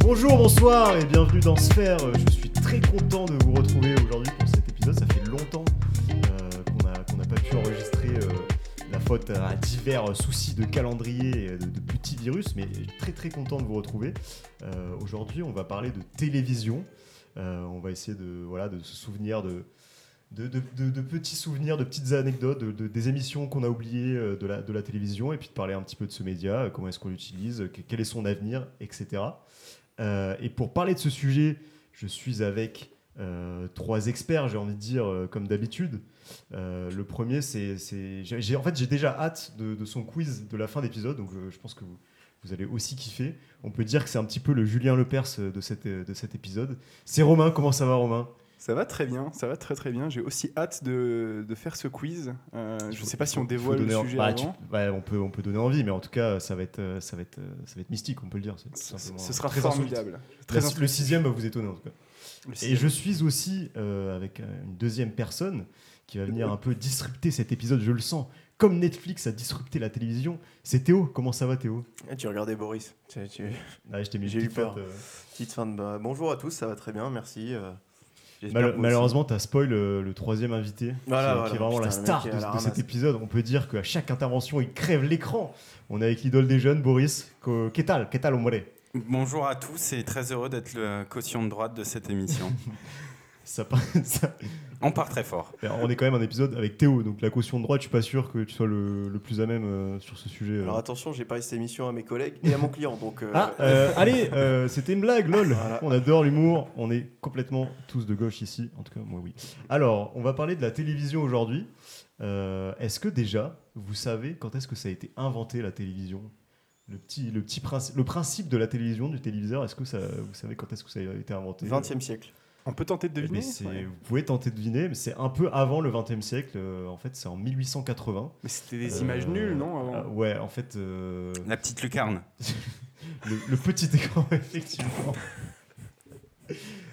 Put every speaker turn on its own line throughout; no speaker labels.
Bonjour, bonsoir et bienvenue dans Sphère. Euh, Je suis très content de vous retrouver aujourd'hui pour cet épisode. Ça fait longtemps euh, qu'on a- qu'on n'a pas pu enregistrer euh, la faute à divers euh, soucis de calendrier et de, de petits virus, mais très très content de vous retrouver. Euh, aujourd'hui, on va parler de télévision. Euh, on va essayer de, voilà, de se souvenir de, de, de- de- de petits souvenirs, de petites anecdotes, de- de- des émissions qu'on a oubliées euh, de la, de la télévision, et puis de parler un petit peu de ce média, euh, comment est-ce qu'on l'utilise, euh, que- quel est son avenir, etc. Euh, et pour parler de ce sujet, je suis avec euh, trois experts, j'ai envie de dire, euh, comme d'habitude. Euh, le premier, c'est... c'est- j'ai- j'ai- en fait, j'ai déjà hâte de, de son quiz de la fin d'épisode, donc euh, je, je pense que vous, vous allez aussi kiffer. On peut dire que c'est un petit peu le Julien Lepers euh, de, cette, euh, de cet épisode. C'est Romain, comment ça va Romain
Ça va très bien, ça va très très bien. J'ai aussi hâte de, de faire ce quiz. Euh, je ne sais pas si on
Faut- faut
dévoile le
donner en-
sujet
bah, tu-
avant.
bah, on, peut, on peut donner envie, mais en tout cas, ça va être, euh, ça va être, euh, ça va être mystique, on peut le dire. c'est tout
Ce,
simplement
ce sera
très insolite.
formidable.
La-
Très insolite.
le sixième va vous étonner en tout cas.
Le
Et
sixième.
je suis aussi euh, avec euh, une deuxième personne qui va venir un peu disrupter cet épisode, je le sens. Comme Netflix a disrupté la télévision, c'est Théo. Comment ça va Théo
Ah, tu regardais Boris. Tu- tu-
Ah, je t'ai mis une
J'ai eu
petite
peur.
faute, euh.
Petite fin de bah, bonjour à tous, ça va très bien, merci. euh, j'espère
Mal-
que vous aussi.
malheureusement, t'as spoil euh, le troisième invité,
Voilà,
qui,
voilà.
qui est vraiment
Putain,
la
le mec
star
est
de,
à la
de
ramasse.
cet épisode. On peut dire qu'à chaque intervention, il crève l'écran. On est avec l'idole des jeunes, Boris. Qu'est-ce que tal Qu'est-ce hombre
Bonjour à tous et très heureux d'être le caution de droite de cette émission.
Ça par- ça-
On part très fort.
Alors, on est quand même un épisode avec Théo, donc la caution de droite, je suis pas sûr que tu sois le, le plus à même euh, sur ce sujet. euh.
Alors attention, j'ai parlé de cette émission à mes collègues et à mon client, donc. euh,
ah, euh, allez, euh, c'était une blague, lol.
Voilà.
On adore l'humour, on est complètement tous de gauche ici, en tout cas moi oui. Alors, on va parler de la télévision aujourd'hui. Euh, Est-ce que déjà, vous savez quand est-ce que ça a été inventé la télévision le petit, le, petit princi- le principe de la télévision, du téléviseur, est-ce que ça, vous savez quand est-ce que ça a été inventé
20e siècle.
On peut tenter de
Eh ben,
deviner
c'est-
Ouais.
Vous pouvez tenter de deviner, mais c'est un peu avant le XXe siècle. euh, en fait, c'est en 1880.
Mais c'était des images
Euh,
nulles, non
ah,
avant
Ouais, en fait, euh,
La petite lucarne.
le, le petit écran, effectivement.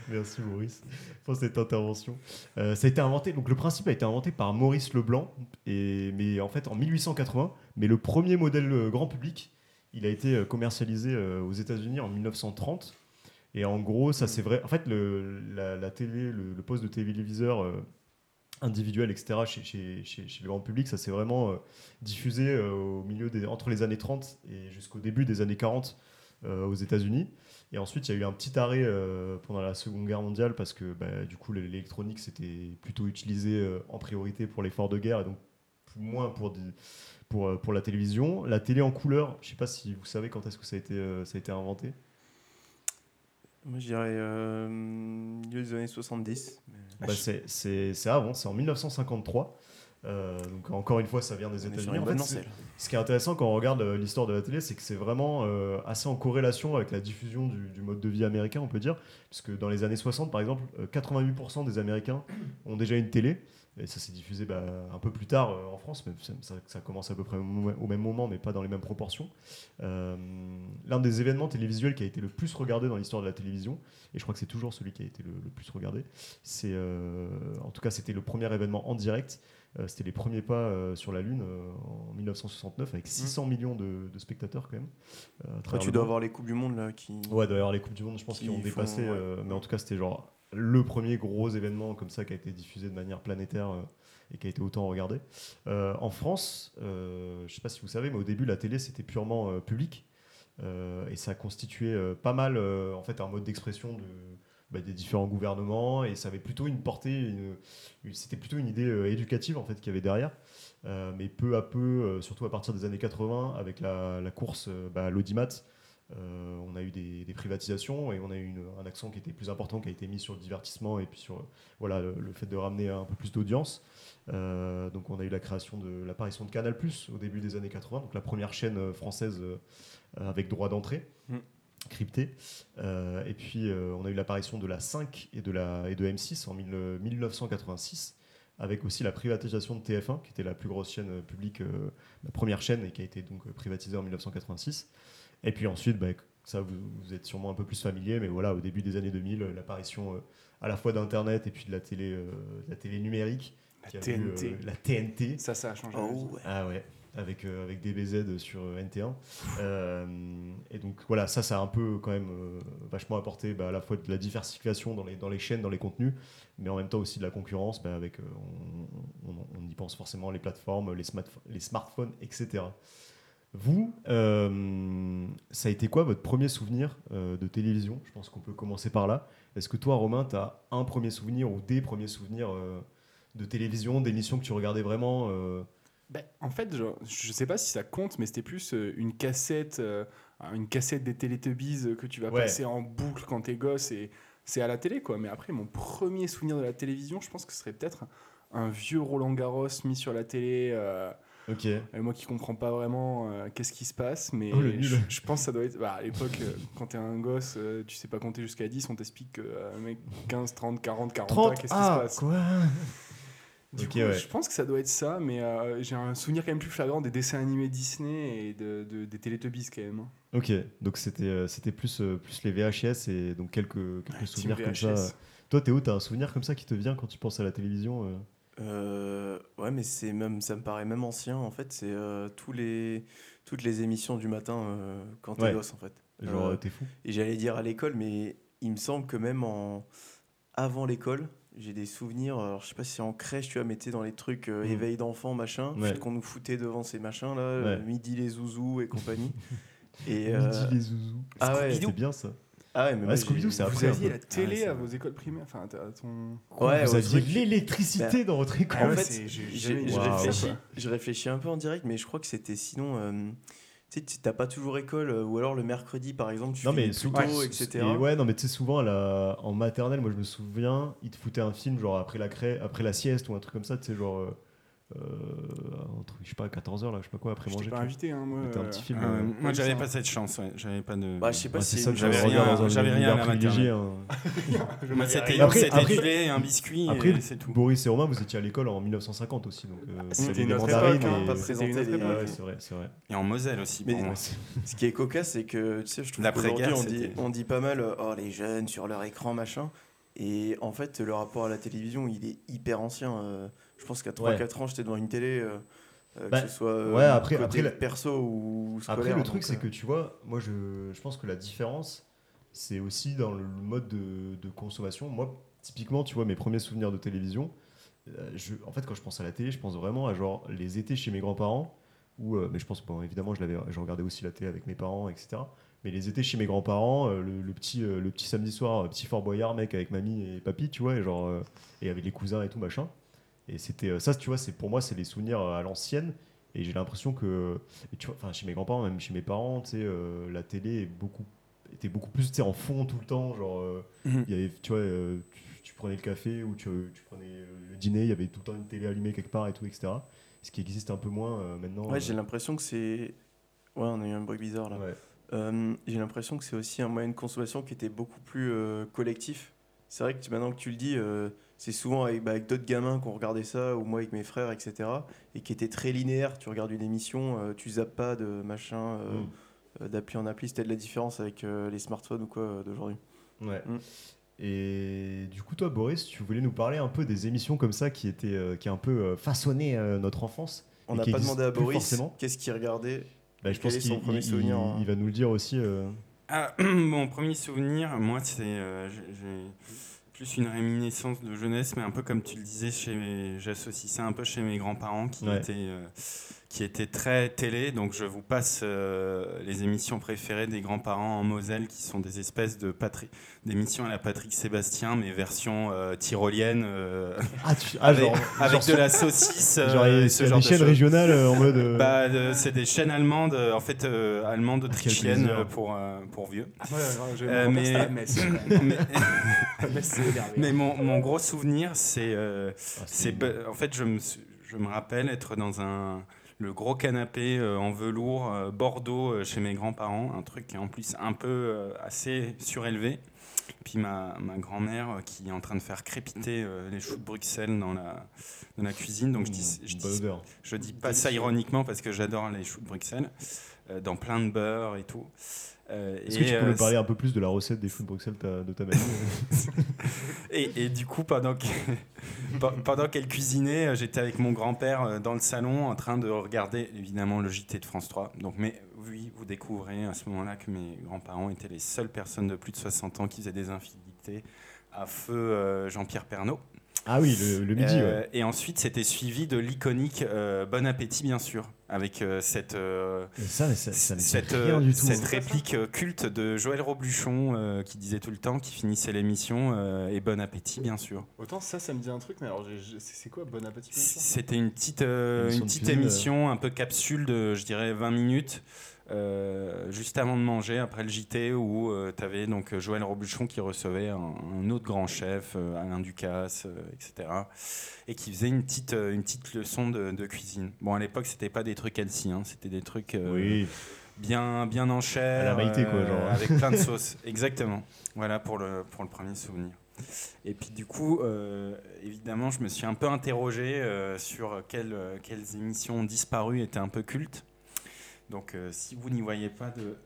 Merci Maurice pour cette intervention. Euh, ça a été inventé, donc le principe a été inventé par Maurice Leblanc, et, mais en fait en 1880. Mais le premier modèle euh, grand public, il a été euh, commercialisé euh, aux États-Unis en 1930. Et en gros, ça c'est vrai. En fait, le, la, la télé, le, le poste de téléviseur euh, individuel, etc., chez, chez, chez, chez le grand public, ça c'est vraiment. euh, diffusé euh, au milieu des, entre les années 30 et jusqu'au début des années 40 euh, aux États-Unis. Et ensuite, il y a eu un petit arrêt euh, pendant la Seconde Guerre mondiale parce que bah, du coup, l'électronique c'était plutôt utilisé euh, en priorité pour l'effort de guerre et donc plus- moins pour, des- pour, euh, pour la télévision. La télé en couleur, je sais pas si vous savez quand est-ce que ça a été, euh, ça a été inventé.
Moi, je dirais euh, milieu des années 70. mais-
Bah, c'est- c'est c'est avant, c'est en 1953. Euh, donc encore une fois, ça vient des
On est sur
États-Unis.
une
En
bonne
fait, c'est-
lancée, là.
Ce qui est intéressant quand on regarde euh, l'histoire de la télé, c'est que c'est vraiment euh, assez en corrélation avec la diffusion du, du mode de vie américain, on peut dire, puisque dans les années 60, par exemple, euh, 88% des Américains ont déjà une télé, et ça s'est diffusé bah, un peu plus tard euh, en France, mais ça, ça- ça commence à peu près au, mo- au même moment, mais pas dans les mêmes proportions. Euh, L'un des événements télévisuels qui a été le plus regardé dans l'histoire de la télévision, et je crois que c'est toujours celui qui a été le, le plus regardé, c'est, euh, en tout cas, c'était le premier événement en direct. Euh, c'était les premiers pas euh, sur la Lune euh, en 1969 avec 600 millions de, de spectateurs quand même. euh, à
Toi, Mmh.
travers
Ah, tu
le
dois
monde.
avoir les Coupes du Monde là qui.
Ouais, d'ailleurs, les Coupes du Monde, je pense
Qui
qu'ils ont
font,
dépassé.
ouais.
euh, mais en tout cas, c'était genre le premier gros événement comme ça qui a été diffusé de manière planétaire euh, et qui a été autant regardé. Euh, en France, euh, je sais pas si vous savez, mais au début, la télé, c'était purement euh, public. Euh, et ça constituait euh, pas mal, euh, en fait, un mode d'expression de, bah, des différents gouvernements. Et ça avait plutôt une portée, une- une- c'était plutôt une idée euh, éducative, en fait, qu'il y avait derrière. Euh, mais peu à peu, euh, surtout à partir des années 80, avec la, la course euh, bah, à l'audimat, euh, on a eu des, des privatisations et on a eu une- un accent qui était plus important, qui a été mis sur le divertissement et puis sur euh, voilà, le, le fait de ramener un peu plus d'audience. Euh, donc on a eu la création de l'apparition de Canal au début des années 80, donc la première chaîne euh, française euh, euh, avec droit d'entrée.
Mm.
cryptée. Euh, et puis euh, on a eu l'apparition de la 5 et de, la, et de M6 en mille- 1986, avec aussi la privatisation de TF1, qui était la plus grosse chaîne euh, publique, euh, la première chaîne, et qui a été donc euh, privatisée en 1986. Et puis ensuite, bah, ça vous, vous êtes sûrement un peu plus familier, mais voilà, au début des années 2000, euh, l'apparition euh, à la fois d'Internet et puis de la télé, euh, de la télé numérique,
La
qui a vu, euh,
TNT.
la TNT.
Ça, ça a changé. la vie.
Oh, ouais.
Ah ouais. avec, euh, avec DBZ sur euh, NT1. Euh, et donc voilà, ça, ça a un peu quand même euh, vachement apporté bah, à la fois de la diversification dans les, dans les chaînes, dans les contenus, mais en même temps aussi de la concurrence. bah, avec, euh, on, on- on y pense forcément les plateformes, les, smartph- les smartphones, etc. Vous, euh, ça a été quoi votre premier souvenir euh, de télévision Je pense qu'on peut commencer par là. Est-ce que toi, Romain, tu as un premier souvenir ou des premiers souvenirs euh, de télévision, d'émissions que tu regardais vraiment euh,
Ben, en fait, genre, je sais pas si ça compte, mais c'était plus euh, une cassette, euh, une cassette des Teletubbies euh, que tu vas
Ouais.
passer en boucle quand t'es gosse et c'est à la télé quoi. Mais après, mon premier souvenir de la télévision, je pense que ce serait peut-être un vieux Roland Garros mis sur la télé. euh,
Ok.
et moi qui comprends pas vraiment euh, qu'est-ce qui se passe, mais
Oh, le nul.
je, je pense que ça doit être. bah, à l'époque, euh, quand t'es un gosse, euh, tu sais pas compter jusqu'à 10, on t'explique que euh, mec 15, 30, 40, 41,
30
qu'est-ce qui se
Ah,
passe
quoi
du
Ok,
coup,
ouais.
je pense que ça doit être ça, mais euh, j'ai un souvenir quand même plus flagrant des dessins animés Disney et de, de- des Teletubbies quand même. hein.
Ok, donc c'était euh, c'était plus, euh, plus les VHS et donc quelques, quelques
Team
souvenirs comme
VHS.
ça. Toi, Théo, t'as un souvenir comme ça qui te vient quand tu penses à la télévision euh
Euh, ouais, mais c'est même, ça me paraît même ancien en fait. C'est euh, tous les, toutes les émissions du matin euh, quand t'es
Ouais.
gosse en fait.
Genre,
Euh,
euh, t'es fou
Et j'allais dire à l'école, mais il me semble que même en avant l'école, j'ai des souvenirs. Alors je sais pas si c'est en crèche, tu vois, mais tu sais, dans les trucs euh,
Mhm.
éveil d'enfants, machin,
Ouais.
qu'on nous foutait devant ces machins là, euh,
Ouais.
midi les zouzous et compagnie. et euh,
Midi les zouzous.
ah ouais.
C'était bien ça.
ah ouais, mais
Ah,
moi,
Scooby-Doo,
j'ai-
c'est
Vous
après, un
aviez
peu.
la télé
Ah, c'est
à
vrai.
vos écoles primaires, enfin, t'as ton.
Ouais,
Vous
au
aviez
truc-
l'électricité dans votre école.
Ah ouais,
fait,
c'est- j'ai jamais
J'ai- Je
vu ça,
réfléchis-
quoi.
je réfléchis un peu en direct, mais je crois que c'était sinon. euh, tu sais, tu- t'as pas toujours école, euh, ou alors le mercredi par exemple, tu
Non, mais
finis plus
sou-
tôt,
ouais,
etc.
et ouais, non, mais tu sais, souvent à la- en maternelle, moi je me souviens, ils te foutaient un film genre après la, cré- après la sieste ou un truc comme ça, tu sais, genre euh, euh, entre, je sais pas, 14h là, je sais pas quoi, après
Je
manger.
t'ai pas
tu vois.
invité, hein, moi.
C'était un
euh,
petit film.
euh,
euh,
Ah moi j'avais pas cette chance, ouais. j'avais pas de.
Bah,
Moi
je sais
bah,
pas
c'est
si.
ça que
j'avais
j'avais
rien-
rien dans un
j'avais rien à
univers
la
privilégié. hein.
c'était
Après-
c'était
après-
du lait, un biscuit,
Après,
et c'est tout.
Boris et Romain, vous étiez à l'école en 1950 aussi, donc euh,
c'était
c'était
une
des
autre
mandarines.
époque, hein,
et-
pas
Ouais,
présenté
c'était une
les-
autre
euh, ouais, c'est vrai, c'est vrai.
Et en Moselle aussi. Mais- pour moi.
Ce qui est cocasse, c'est que, tu sais, je trouve
L'après-guerre,
qu'aujourd'hui, on dit,
c'était-
on dit pas mal, euh, oh, les jeunes sur leur écran, machin. Et en fait, le rapport à la télévision, il est hyper ancien. euh, je pense qu'à 3-4 ans, j'étais devant une télé, euh, euh,
Bah,
que ce soit euh,
ouais, après-
côté
après la-
perso ou scolaire.
Après, le
donc,
truc, c'est
euh,
que tu vois, moi, je, je pense que la différence, c'est aussi dans le mode de, de consommation. Moi, typiquement, tu vois, mes premiers souvenirs de télévision, euh, je, en fait, quand je pense à la télé, je pense vraiment à genre les étés chez mes grands-parents, où, euh, mais je pense, bon, évidemment, je, l'avais, je regardais aussi la télé avec mes parents, etc. Mais les étés chez mes grands-parents, euh, le, le petit, euh, le petit samedi soir, euh, petit Fort Boyard, mec, avec mamie et papy, tu vois, et genre, euh, et avec les cousins et tout, machin. Et c'était euh, ça, tu vois, c'est pour moi, c'est les souvenirs euh, à l'ancienne. Et j'ai l'impression que, et tu vois, enfin, chez mes grands-parents, même chez mes parents, tu sais, euh, la télé est beaucoup, était beaucoup plus, tu sais, en fond tout le temps. Genre, euh,
Mhm.
il y avait, tu vois, euh, tu, tu prenais le café ou tu, tu prenais euh, le dîner, il y avait tout le temps une télé allumée quelque part et tout, etc. Ce qui existe un peu moins euh, maintenant.
Ouais,
euh,
j'ai l'impression que c'est. Ouais, on a eu un bruit bizarre là.
ouais.
Euh, j'ai l'impression que c'est aussi un moyen de consommation qui était beaucoup plus euh, collectif. C'est vrai que tu- maintenant que tu le dis, euh, c'est souvent avec, bah, avec d'autres gamins qu'on regardait ça, ou moi avec mes frères, etc. Et qui était très linéaire. Tu regardes une émission, euh, tu zappes pas de machin, euh,
Mm.
euh, d'appli en appli. C'était de la différence avec euh, les smartphones ou quoi euh, d'aujourd'hui.
Ouais.
Mm.
Et du coup, toi, Boris, tu voulais nous parler un peu des émissions comme ça qui étaient, euh, qui a un peu euh, façonné euh, notre enfance.
On
Et
n'a
qui
pas
existe
demandé à
plus
Boris
forcément.
qu'est-ce qu'il regardait.
Bah, je
Quel
pense
est
qu'il
son premier
il-
souvenir,
il-
hein
il va nous le dire aussi. euh.
Ah, mon premier souvenir, moi, c'est. euh, j'ai- j'ai plus une réminiscence de jeunesse, mais un peu comme tu le disais, chez mes- j'associe ça un peu chez mes grands-parents qui,
Ouais.
étaient, euh, qui étaient très télé. Donc, je vous passe euh, les émissions préférées des grands-parents en Moselle qui sont des espèces de patri- d'émissions à la Patrick Sébastien, mais version euh, tyrolienne, euh,
Ah, tu- ah,
avec,
genre,
avec
genre-
de la saucisse. euh,
genre, il y a- il
ce
y a
genre
des
de
chaînes
choses.
régionales euh, en mode. euh, Ah,
Bah, euh, c'est des chaînes allemandes, euh, en fait, euh, allemandes,
quel
autrichiennes
plaisir.
euh, pour, euh, pour vieux.
Ah, Ouais, ouais, j'ai-
Euh,
mon
mais-
père, c'était à Metz,
Mais,
quand même. Metz, c'est énervé.
mais mon, mon gros souvenir, c'est. euh,
ah,
c'est ba- en fait, je me, sou- je me rappelle être dans un. Le gros canapé euh, en velours euh, Bordeaux euh, chez mes grands-parents, un truc qui est en plus un peu euh, assez surélevé. Puis ma, ma grand-mère euh, qui est en train de faire crépiter euh, les choux de Bruxelles dans la, dans la cuisine. Donc je dis, je
Une
dis
bonne odeur.
Je dis pas ça ironiquement parce que j'adore les choux de Bruxelles, euh, dans plein de beurre et tout. Euh,
Est-ce que tu
et,
peux
euh,
nous parler un peu plus de la recette des choux de Bruxelles ta- de ta mamie
Et, et du coup, pendant que- pe- pendant qu'elle cuisinait, euh, j'étais avec mon grand-père euh, dans le salon en train de regarder évidemment le JT de France 3. Donc, mais oui, vous découvrez à ce moment-là que mes grands-parents étaient les seules personnes de plus de 60 ans qui faisaient des infidélités à feu euh, Jean-Pierre Pernaud.
Ah oui, le, le midi,
Euh,
ouais.
Et ensuite, c'était suivi de l'iconique euh, Bon Appétit, bien sûr, avec euh, cette. euh,
Mais ça, mais ça, ça ne dit
cette,
rien
euh,
du tout.
cette réplique euh, culte de Joël Robluchon euh, qui disait tout le temps, qui finissait l'émission, euh, et bon appétit bien sûr.
Autant ça, ça me dit un truc, mais alors j'ai- j'ai- c'est c'est quoi Bon appétit bien sûr
C'était une petite, euh,
Émission
une
de
petite
cuisine,
émission un peu capsule de, je dirais, 20 minutes. euh, juste avant de manger, après le JT, où tu avais donc euh, Joël Robuchon qui recevait un, un autre grand chef, euh, Alain Ducasse, euh, etc., et qui faisait une petite, euh, une petite leçon de, de cuisine. Bon, à l'époque, c'était pas des trucs healthy, hein, c'était des trucs euh,
Oui,
bien, bien en chair,
À la
euh,
Maïté, quoi, genre.
avec plein de sauces. Exactement. Voilà pour le, pour le premier souvenir. Et puis du coup, euh, évidemment, je me suis un peu interrogé euh, sur quelles, euh, quelles émissions disparues étaient un peu cultes. Donc euh, si vous n'y voyez pas de,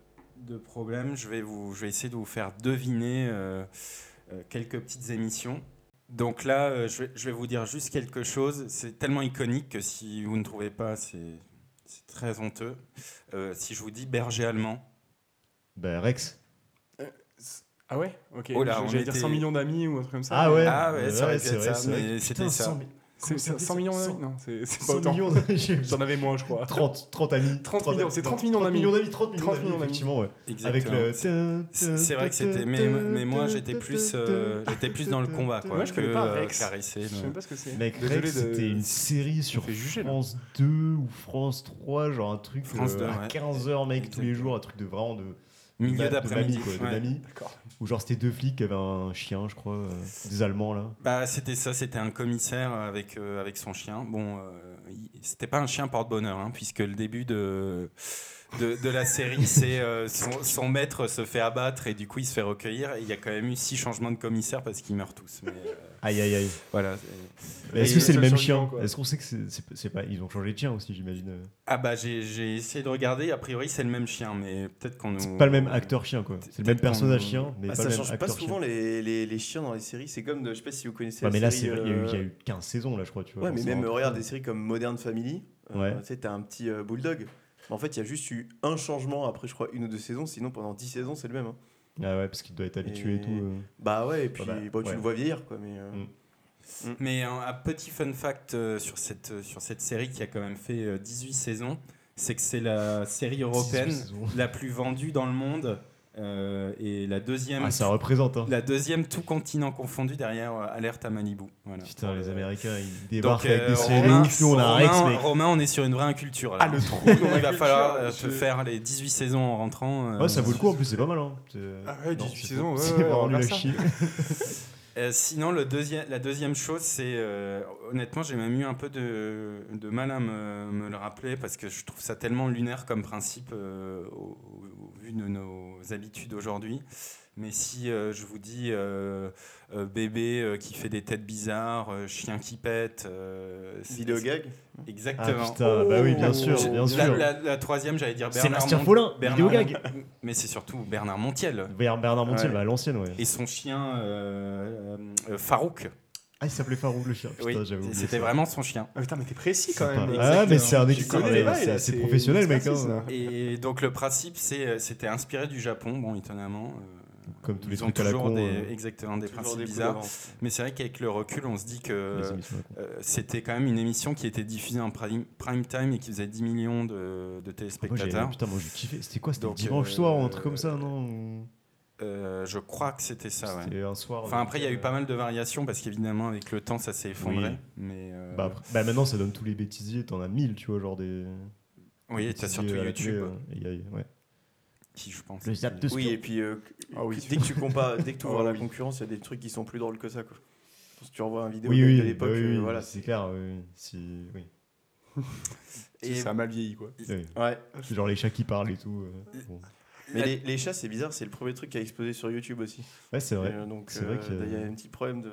de problème, je vais, vous, je vais essayer de vous faire deviner euh, euh, quelques petites émissions. Donc là, euh, je, vais, je vais vous dire juste quelque chose. C'est tellement iconique que si vous ne trouvez pas, c'est c'est très honteux. Euh, si je vous dis berger allemand,
bah, Rex.
Ah ouais Ok.
Oh là,
je-
on
J'allais dire
était-
100 millions d'amis ou un truc comme ça.
Ah ouais
Ah ouais, ça aurait
Ouais,
pu
c'est
être
vrai,
ça,
c'est vrai.
mais c'était
Putain,
ça.
100 mi-
C'est c'est 100 millions d'amis Non, c'est c'est pas
100
autant.
millions d'amis.
J'en avais moins, je crois.
30, 30 amis.
30 millions, c'est 30 millions
30
d'amis.
millions d'amis, 30 millions
30
d'amis,
millions d'amis.
effectivement, ouais. Avec
Exactement.
le...
C'est c'est vrai que c'était, mais, mais moi j'étais plus, euh, j'étais plus dans le combat quoi.
Moi, je
que,
connais pas
euh,
Rex.
caresser,
Je sais
le-
même pas ce que c'est.
Mec,
Désolé
Rex,
de-
c'était une série
Je me
sur
fais juger, là.
France 2 ou France 3, genre un truc
France
euh,
2,
à
ouais.
15h, mec, tous les
Exactement.
jours, un truc de vraiment de. de-
milieu
de
d'après-midi.
mamie, quoi, Bah, de
ouais.
mamie.
D'accord.
Ou genre c'était deux flics qui avaient un chien, je crois, euh, des Allemands là.
Bah c'était ça, c'était un commissaire avec euh, avec son chien. Bon, euh, il- c'était pas un chien porte-bonheur hein, puisque le début de de, de la série c'est euh, son, son maître se fait abattre et du coup il se fait recueillir. Et il y a quand même eu six changements de commissaire parce qu'ils meurent tous. Mais, euh,
Aïe aïe aïe.
voilà. c'est-
Mais
Et
est-ce que
le
c'est le
seul
même
survivant,
chien
quoi.
Est-ce qu'on sait que c'est- c'est c'est pas. Ils ont changé de chien aussi, j'imagine. euh.
Ah bah j'ai j'ai essayé de regarder. A priori c'est le même chien, mais peut-être qu'on nous.
C'est pas le même acteur chien quoi. C'est le même
Peut-être
personnage
qu'on-
chien, mais
Ah,
pas
ça
le même
change pas
acteur chien.
souvent les, les, les chiens dans les séries. C'est comme, de, je sais pas si vous connaissez.
Ouais,
la
mais là, c'est
série,
vrai, il y, a eu- il y a
euh,
eu 15 saisons là, je crois. Tu vois,
Ouais, mais
pour
même
ça.
euh, regarde des séries comme Modern Family. euh,
Ouais.
Tu sais, t'as un petit euh, bulldog. En fait, il y a juste eu un changement après, je crois, une ou deux saisons. Sinon, pendant 10 saisons, c'est le même. hein.
Ah ouais, parce qu'il doit être habitué et,
Et-
tout. euh.
Bah ouais, et puis
bah,
bon, tu
ouais.
le vois vieillir, quoi. Mais euh,
Mm.
Mais un, un petit fun fact euh, sur, cette, euh, sur cette série qui a quand même fait euh, 18 saisons, c'est que c'est la série européenne
18 saisons.
la plus vendue dans le monde euh, et la deuxième,
Ah, ça représente, hein.
la deuxième tout continent confondu derrière euh, Alerte à Malibu. Voilà. Euh,
Putain, les Américains, ils
Donc,
débarquent
euh,
avec des séries.
Romain,
Nous, on a un Rex,
Romain-
mec.
Romain, on est sur une vraie inculture. là.
Ah, le trou dans
Il
la
va falloir euh,
culture,
te
je-
faire les 18 saisons en rentrant. euh,
Ouais, Oh, ça vaut le coup en plus, c'est pas mal. Hein. C'est-
Ah ouais,
Non,
18
c'est-
saisons, ouais,
C'est
ouais,
vraiment
on
nul
va
à
faire ça.
chier.
Ah, Euh, sinon, le deuxième, la deuxième chose, c'est euh, honnêtement, j'ai même eu un peu de, de mal à me, me le rappeler parce que je trouve ça tellement lunaire comme principe euh, au, au- au vu de nos habitudes aujourd'hui. Mais si euh, je vous dis euh, euh, bébé euh, qui fait des têtes bizarres, euh, chien qui pète, euh, c'est-
vidéo gag.
Ah
Exactement.
putain, bah oui, bien
Oh.
sûr, bien
la,
sûr.
la- la troisième, j'allais dire Bernard.
Sébastien
Mont-
Paulin,
Bernard
vidéogag.
Mont- Mais c'est surtout Bernard Montiel
Bernard Bernard Montiel,
Ouais.
bah, à l'ancienne, ouais.
et son chien euh, euh, euh, Farouk.
Ah, il s'appelait Farouk le chien.
Oui,
Putain, j'avais oublié.
c'était
ça.
vraiment son chien.
Ah putain, mais t'es précis quand
C'est
même.
pas- Ah, mais c'est un
hein. Tu
expert,
connais les
mais
bails,
c'est-
là,
c'est professionnel, mec, hein.
expertise, là.
Et donc le principe, c'est, euh, c'était inspiré du Japon, bon, étonnamment. euh,
Comme tous les
ils ont
trucs à la
toujours
con.
des-
euh,
Exactement, des
Toujours
principes
des coups
bizarres.
d'avance.
Mais c'est vrai qu'avec le recul, on se dit que
les émissions à la con.
euh, c'était quand même une émission qui était diffusée en prime, prime time et qui faisait 10 millions de, de
Moi, j'ai-
téléspectateurs.
putain, moi j'ai kiffé. C'était quoi C'était le
Donc,
dimanche
euh,
soir ou un truc comme ça, non
Euh, je crois que c'était ça, ouais.
C'était un soir.
Enfin,
donc,
après, il y a eu
euh,
pas mal de variations parce qu'évidemment, avec le temps, ça s'est effondré.
Oui.
Mais euh,
Bah, après- bah, maintenant ça donne tous les bêtisiers, t'en as 1000, tu vois, genre des.
oui,
des bêtisiers
t'as surtout
à la
YouTube
télé, euh, et y a- ouais.
qui, je pense.
Le
qui-
zap de
Oui, et puis euh, que-
Ah oui.
dès que tu compares, dès que tu ouvres
Ah
la
oui.
concurrence, il y a des trucs qui sont plus drôles que ça, quoi. Je pense que tu revois un vidéo
Oui,
gag
oui,
de l'époque,
bah oui,
euh,
oui,
voilà.
c'est clair. oui, si- oui.
Et-
Ça a mal vieilli, quoi.
Oui.
Ouais.
Genre les chats qui parlent et tout. euh, bon.
Mais
La-
les, les chats, c'est bizarre, c'est le premier truc qui a explosé sur YouTube aussi.
Ouais, c'est vrai.
Et, euh, donc,
C'est vrai
euh,
qu'il y a-
il y a un petit problème de.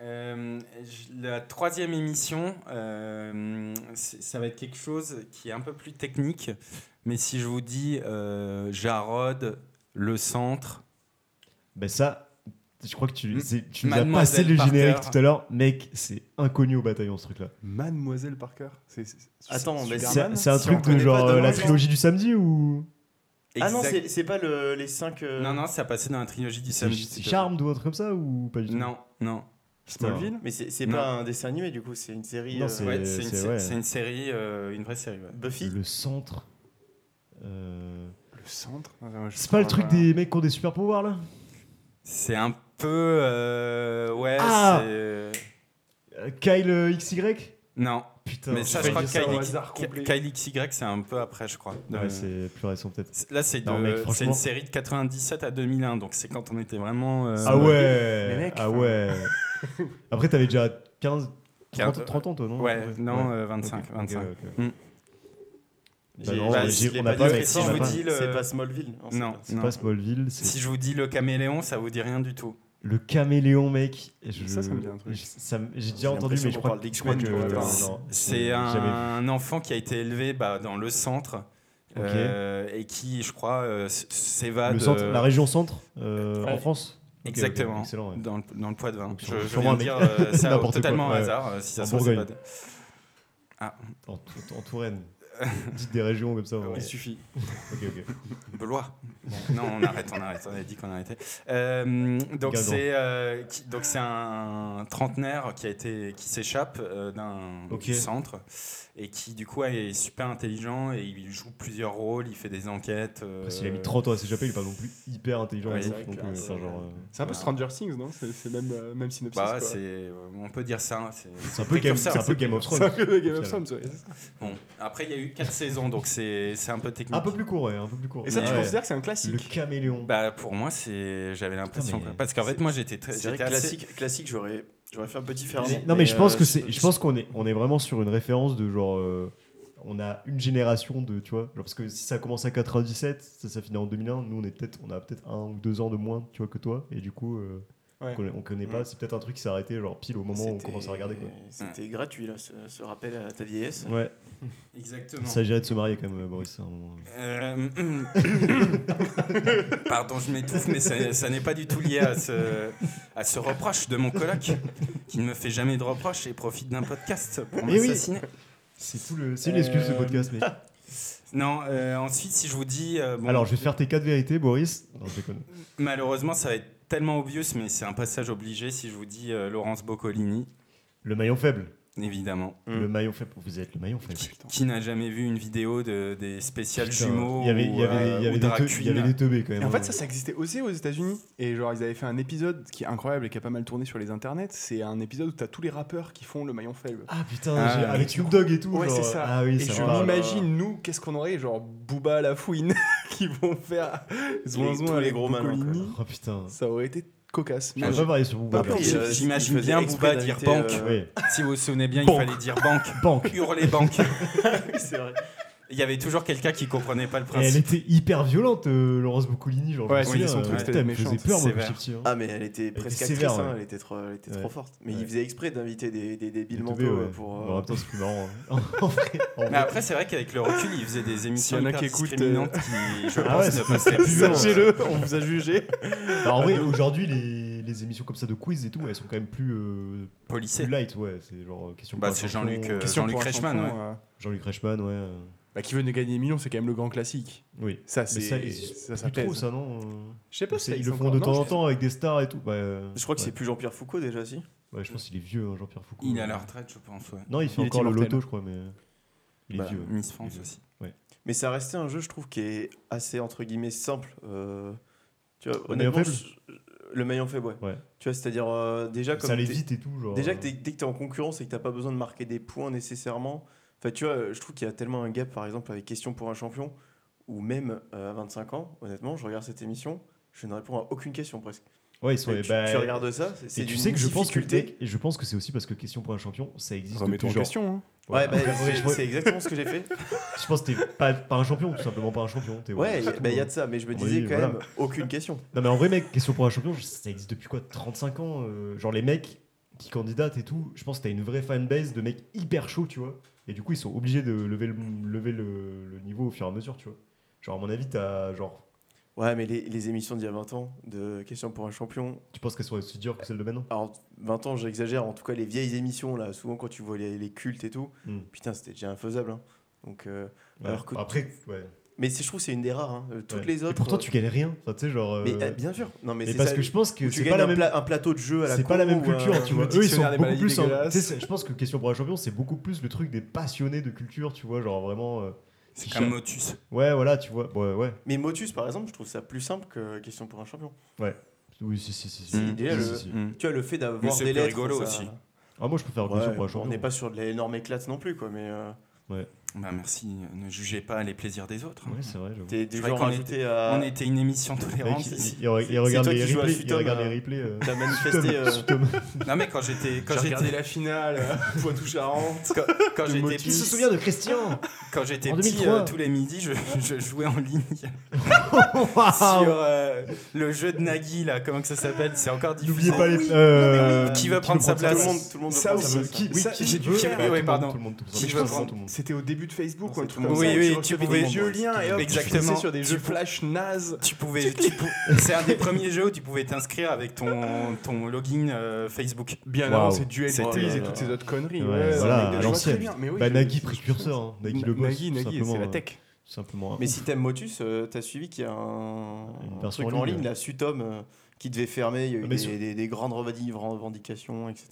Euh, je- la troisième émission, euh, c'est- ça va être quelque chose qui est un peu plus technique, Mais si je vous dis euh, Jarod, le centre,
Ben ça, je crois que tu,
Mm.
c'est- tu nous as
Mademoiselle
passé le générique
Parker.
tout à l'heure. Mec, c'est inconnu au bataillon ce truc-là.
Mademoiselle Parker. C'est- c'est- c'est-
Attends, mais
Superman
C'est c'est un
si on
truc de
connaît
genre
pas
euh, la
Dolan,
trilogie du samedi ou.
Ah non,
exact-
c'est c'est pas le- les euh, 5.
non, non, ça passait dans la trilogie du
C'est
samedi.
c'est
s'il te
Charmed ou un truc comme ça ou pas
plaît.
du tout
Non, non.
Putain.
Smallville
Mais c'est c'est
Non.
pas un dessin animé du coup, c'est une série.
Non,
euh,
c'est-
Ouais, c'est une,
c'est-
sé-
ouais.
c'est une série, euh, une vraie série. ouais.
Buffy.
Le centre. Euh,
Le centre Ah, moi, je
C'est pas le
trouve,
truc des mecs qui ont des super pouvoirs là
C'est un peu. euh, ouais,
Ah
c'est.
Euh, Kyle euh, XY
Non,
Putain,
mais ça,
je
je
j'ai
crois que
failli dire
au
Kyle,
hasard
Ki-
complet.
Kyle XY, c'est un peu après, je crois.
ça.
Euh,
Ouais, c'est plus récent peut-être.
c'est- Là, c'est
Non,
de-
mec,
c'est
franchement.
une série de 97 à 2001, donc c'est quand on était vraiment. euh,
Ah ouais
Mais mec,
Ah
enfin-
ouais Après, t'avais déjà 15, 30,
Quinze-
30 ans, toi, non
Ouais, non,
Ouais.
euh, 25.
Ok,
25.
ok, ok.
Hmm.
Bah non,
bah,
mais
si
j'ai-
je l'ai
on n'a
pas
pas,
dit,
mec,
si
on
je
n'a
vous
pas.
dis le-
C'est pas Smallville. c'est
Non,
pas-
C'est
non.
pas Smallville, c'est
Si je vous dis le caméléon, ça vous dit rien du tout.
le caméléon, mec. Je-
Ça, ça me dit un truc.
je- ça me- J'ai
J'ai
déjà entendu, mais je
l'impression qu'on
crois
parle
que- je
d'X-Men,
crois que.
tu vois,
euh,
attends.
non,
C'est
jamais vu.
un enfant qui a été élevé bah, dans le centre
Ok.
euh, et qui, je crois, euh, s- s'évade
Le centre,
euh,
la région centre, euh, en
Ouais.
France Ok, ok,
Exactement.
excellent, ouais.
dans, le, dans le poids de vin.
Donc,
Je,
sûrement-
je
sûrement
viens
un
de
mec.
dire euh, ça
N'importe
totalement
quoi,
au
ouais.
hasard. euh, Si ça
En
se trouve, c'est
Bourgogne.
pas
En, Tou- en Touraine. Dites des régions comme ça. on-
Il suffit.
Ok, ok.
de- Belois. non, on arrête, on arrête. On a dit qu'on arrêtait. Euh, donc
Gazon.
c'est euh, qui- donc c'est un trentenaire qui a été qui s'échappe euh, d'un
Ok.
du centre et qui du coup est super intelligent et il joue plusieurs rôles. Il fait des enquêtes.
Après, s'il
euh,
a mis 30 ans à s'échapper, il est pas non plus hyper intelligent.
Ouais,
le
c'est
mec, donc,
vrai
que-
euh,
c'est
enfin,
vrai.
genre, euh,
C'est un peu
Voilà.
Stranger Things, non C'est c'est même, euh, même synopsis.
Bah,
quoi.
c'est, on peut dire ça. C'est
c'est un peu Game, c'est un peu Game of
C'est un
Thrones.
peu Game of Thrones, ouais.
Bon, après, il y a eu 4 saisons, donc c'est, c'est un peu technique.
Un peu plus court, ouais, un peu plus court.
Et ça, tu
Ouais.
considères que c'est un classique
Le caméléon.
Bah, pour moi, c'est, j'avais l'impression.
mais-
quoi. Parce qu'en fait, moi, j'étais très.
C'est vrai
j'étais
que
assez-
classique, classique j'aurais j'aurais fait un peu différemment.
non, mais je pense
euh,
que c'est, je pense qu'on est, on est vraiment sur une référence de genre, euh, on a une génération de, tu vois, genre, parce que si ça commence à 97, ça, ça finit en 2001. Nous, on est peut-être, on a peut-être un ou deux ans de moins, tu vois, que toi, et du coup, euh,
Ouais.
on, connaît, on connaît pas. C'est peut-être un truc qui s'est arrêté genre pile au moment où on
c'était-
commence à regarder. Quoi.
C'était gratuit là, ce, ce rappel à ta vieillesse.
Ouais. Il
Exactement.
s'agirait de se marier quand même, Boris. à un moment.
Euh, Pardon, je m'étouffe, mais ça, ça n'est pas du tout lié à ce, à ce reproche de mon coloc qui ne me fait jamais de reproche et profite d'un podcast pour
Eh oui.
m'assassiner.
C'est tout le, c'est une excuse ce
Euh,
podcast, mais.
Non, euh, ensuite, si je vous dis. euh, bon,
Alors, je vais faire tes quatre vérités, Boris. Non, je déconne.
Malheureusement, ça va être tellement obvious, mais c'est un passage obligé si je vous dis euh, Laurence Boccolini,
Le maillon faible.
évidemment.
Mm.
Hmm.
Le maillon faible. Vous êtes le maillon faible.
Qui, qui n'a jamais vu une vidéo de, des spéciales
Putain,
jumeaux
Il y avait, il y
ou,
avait,
euh,
il y avait
ou
des,
drag
te- il y avait
queen.
des teubés quand même.
Et en
hein.
fait, ça, ça existait aussi aux États-Unis. Et genre, ils avaient fait un épisode qui est incroyable et qui a pas mal tourné sur les internets. C'est un épisode où t'as tous les rappeurs qui font le maillon faible.
Ah putain,
Ah,
j'ai-
mais
avec
du
Snoop Dogg et tout.
Ouais,
genre,
c'est ça.
Ah oui,
et
ça
je
me parle.
m'imagine, nous, qu'est-ce qu'on aurait Genre Booba la fouine qui vont faire
Les-
zouin
tous
zouin avec
les gros malins,
Boccolini.
Oh putain.
Ça aurait été cocasse. Mais
Je
genre,
pas varié sur vous. hein. Eh,
Bah, après,
Et,
j-
euh,
j'imagine
il faisait
bien
exprès
Booba dire
d'inviter,
banque.
euh,
Si vous vous souvenez bien, il
Banque.
fallait dire banque,
Banque.
hurler banque.
c'est vrai.
Il y avait toujours quelqu'un qui comprenait pas le
Et elle
principe.
était hyper violente, euh, Laurence Boccolini. Genre,
Ouais,
je me
c'était
souviens,
son
euh,
truc,
putain,
c'était
elle me faisait
méchante,
peur, moi, quand
sévère.
j'étais petit. hein.
Ah mais elle était presque
sévère,
actrice, hein,
ouais.
elle était trop, elle était
Ouais.
trop forte. Mais
Ouais.
il faisait exprès d'inviter des, des débiles
Les
mentaux
teubés,
euh,
ouais.
pour.
Bon, En
euh,
même temps, c'est plus marrant. hein. En vrai. en
Mais
Ah.
vrai.
après, c'est vrai qu'avec le recul, il faisait des émissions
S'il y en a
hyper
qui écoutent,
discriminantes qui, je
Ah
pense,
ouais,
ne
c'est-
passeraient
c'est
plus.
Jugez-le,
hein.
on vous a jugé.
Bah, en vrai, aujourd'hui, les les émissions comme ça de quiz et tout, elles sont quand même plus euh, plus
Policier.
light, ouais. C'est genre euh, question.
Bah,
pour un
c'est
champion,
Jean-Luc, euh,
question
Jean-Luc
pour un
Reichmann,
champion, euh,
Jean-Luc Reichmann, ouais. euh,
bah, qui veut nous gagner des millions, c'est quand même le grand classique.
Oui.
Ça,
Ah, Mais
c'est
ça, ils-
ça,
Plus trop,
pèse.
ça, non euh,
Je sais pas si
c'est-
ça
Ils
existe
le font
encore.
de
Non,
temps en
je-
temps avec des stars et tout. Bah, euh,
Je crois que
ouais.
c'est plus Jean-Pierre Foucault déjà, si.
Ouais, je pense qu'il est vieux, hein, Jean-Pierre Foucault.
Il est à la retraite, je pense. ouais.
Non, il fait
Il est
encore le
immortel.
loto, je crois, mais. euh, Il est
Bah,
vieux.
Miss France
Il est-
aussi.
Mais ça restait un jeu, je trouve, qui est assez entre guillemets simple. euh, tu vois,
Le maillon
honnêtement,
faible
je- le maillon faible, ouais.
Ouais.
Tu vois, c'est-à-dire euh, déjà comme
Ça allait
t'es-
vite et tout, genre. euh.
déjà que t'es- dès que t'es en concurrence et que t'as pas besoin de marquer des points nécessairement. Enfin, tu vois, je trouve qu'il y a tellement un gap, par exemple, avec Question pour un champion, ou même euh, à 25 ans, honnêtement, je regarde cette émission, je ne réponds à aucune question presque.
Ouais, ils sont.
tu,
bah,
tu regardes ça, c'est- c'est
Et tu
d'une
sais que je pense que le
difficulté.
deck- et je pense que c'est aussi parce que question pour un champion, ça existe depuis
Remettons en
genre-
question. hein.
Ouais, bah,
après,
c'est-
je crois-
c'est exactement ce que j'ai fait.
Je pense que t'es pas, pas un champion, tout simplement pas un champion. t'es-
Ouais, bah,
c'est
il
tout,
y a
hein.
de ça, mais je me
Oui,
disais quand
voilà.
même aucune question.
Non mais en vrai mec, question pour un champion, ça existe depuis quoi 35 ans euh, Genre les mecs qui candidatent et tout, je pense que t'as une vraie fanbase de mecs hyper chauds, tu vois. Et du coup, ils sont obligés de lever le, lever le, le niveau au fur et à mesure, tu vois. Genre, à mon avis, t'as genre.
Ouais, mais les, les émissions d'il y a 20 ans, de Question pour un champion,
Tu penses qu'elles sont aussi dures que celles de maintenant
alors 20 ans, j'exagère, en tout cas les vieilles émissions, là, souvent quand tu vois les, les cultes et tout,
Mm.
putain, c'était déjà infaisable. hein. Donc, euh,
Ouais.
alors que-
Bah, Après, ouais.
Mais c'est- je trouve que c'est une des rares, hein. Euh, toutes
ouais.
les
Et
autres.
pourtant,
euh,
tu gagnes rien. Enfin, tu sais, genre. euh,
Mais euh, bien sûr, non, mais
mais
c'est
parce
ça,
que je pense que
où tu
c'est
gagnes
pas la
un,
même
pla- un plateau de jeu à la
c'est pas la même
con ou, euh,
culture, tu vois.
le
Eux, ils sont
dictionnaire des
beaucoup
maladies
plus. en-
dégueulasses.
tu sais, c'est- je pense que Question pour un champion, c'est beaucoup plus le truc des passionnés de culture, tu vois. Genre vraiment. euh,
C'est comme Motus.
Ouais, voilà, tu vois. Ouais, ouais.
Mais Motus, par exemple, je trouve ça plus simple que Question pour un champion.
Oui, si, si, si. si.
C'est l'idéal,
Si,
le-
si, si.
Mm.
Tu vois, le fait
Mais
d'avoir
c'est
des
plus
lettres.
rigolo
ça-
aussi.
Ah, moi, je préfère
Ouais,
Question pour un
on
champion.
n'est pas sur de l'énorme éclate non plus, quoi, mais euh,
Bah merci, ne jugez pas les plaisirs des autres.
Ouais, c'est vrai, j'avoue.
t'es du
C'est vrai
genre
qu'on
ajouté à.
On était une émission tolérante
Mec, il-
ici.
il, il re- il regarde
c'est toi
les
qui joues à
replays. Il
Futum,
regarde
là.
les replays. euh,
T'as manifesté. euh,
Futum.
Non mais quand j'étais quand
J'ai regardé
j'étais
la finale, euh, Poitou-Charentes.
quand, quand
Le
j'étais
motif.
Qui se
petit,
souvient de Christian
quand j'étais
En
petit
2003.
euh, tous les midis, je, je jouais en ligne sur
Waouh
euh, le jeu de Nagui là, comment que ça s'appelle C'est encore diffusé.
N'oubliez pas les. euh,
Qui veut prendre sa
Tout le
place
monde, tout le monde
Ça
veut prendre
Qui
sa
veut-
place.
qui- oui,
Ça,
qui
j'ai dû
veut-
faire-
tout le
ouais,
monde,
pardon.
Tout le monde, tout le monde.
Si
tout
je
le
veux
monde,
prendre-
tout le monde.
C'était au début de Facebook ou un
C'est
truc comme
tout le
ça.
monde.
et
Oui,
tu
oui, tu
recevais
pouvais-
des vieux liens et hop,
Exactement.
tu cliquais sur des jeux
Tu-
flash naze.
Tu pouvais, tu pou- c'est un des premiers jeux où tu pouvais t'inscrire avec ton, ton login euh, Facebook.
Bien
Wow.
avant, c'est Duel
C'était-
Freeze et
voilà.
toutes ces autres conneries.
Ouais,
ouais,
voilà, à
mais je vois
l'ancienne.
très bien, mais oui,
Bah,
je-
Nagui
je-
précurseur, hein. Nagui
Na-
le boss.
Nagui,
tout
Nagui,
simplement,
c'est la
hein.
tech.
Tout Simplement.
Mais si t'aimes Motus, euh, t'as suivi qu'il y a un,
Une
un
version
truc
en
en
ligne, Ah,
ligne, la Sutom, euh, qui devait fermer. Il y a eu
Mais
des,
sur-
des- des grandes revendic- revendications, etc.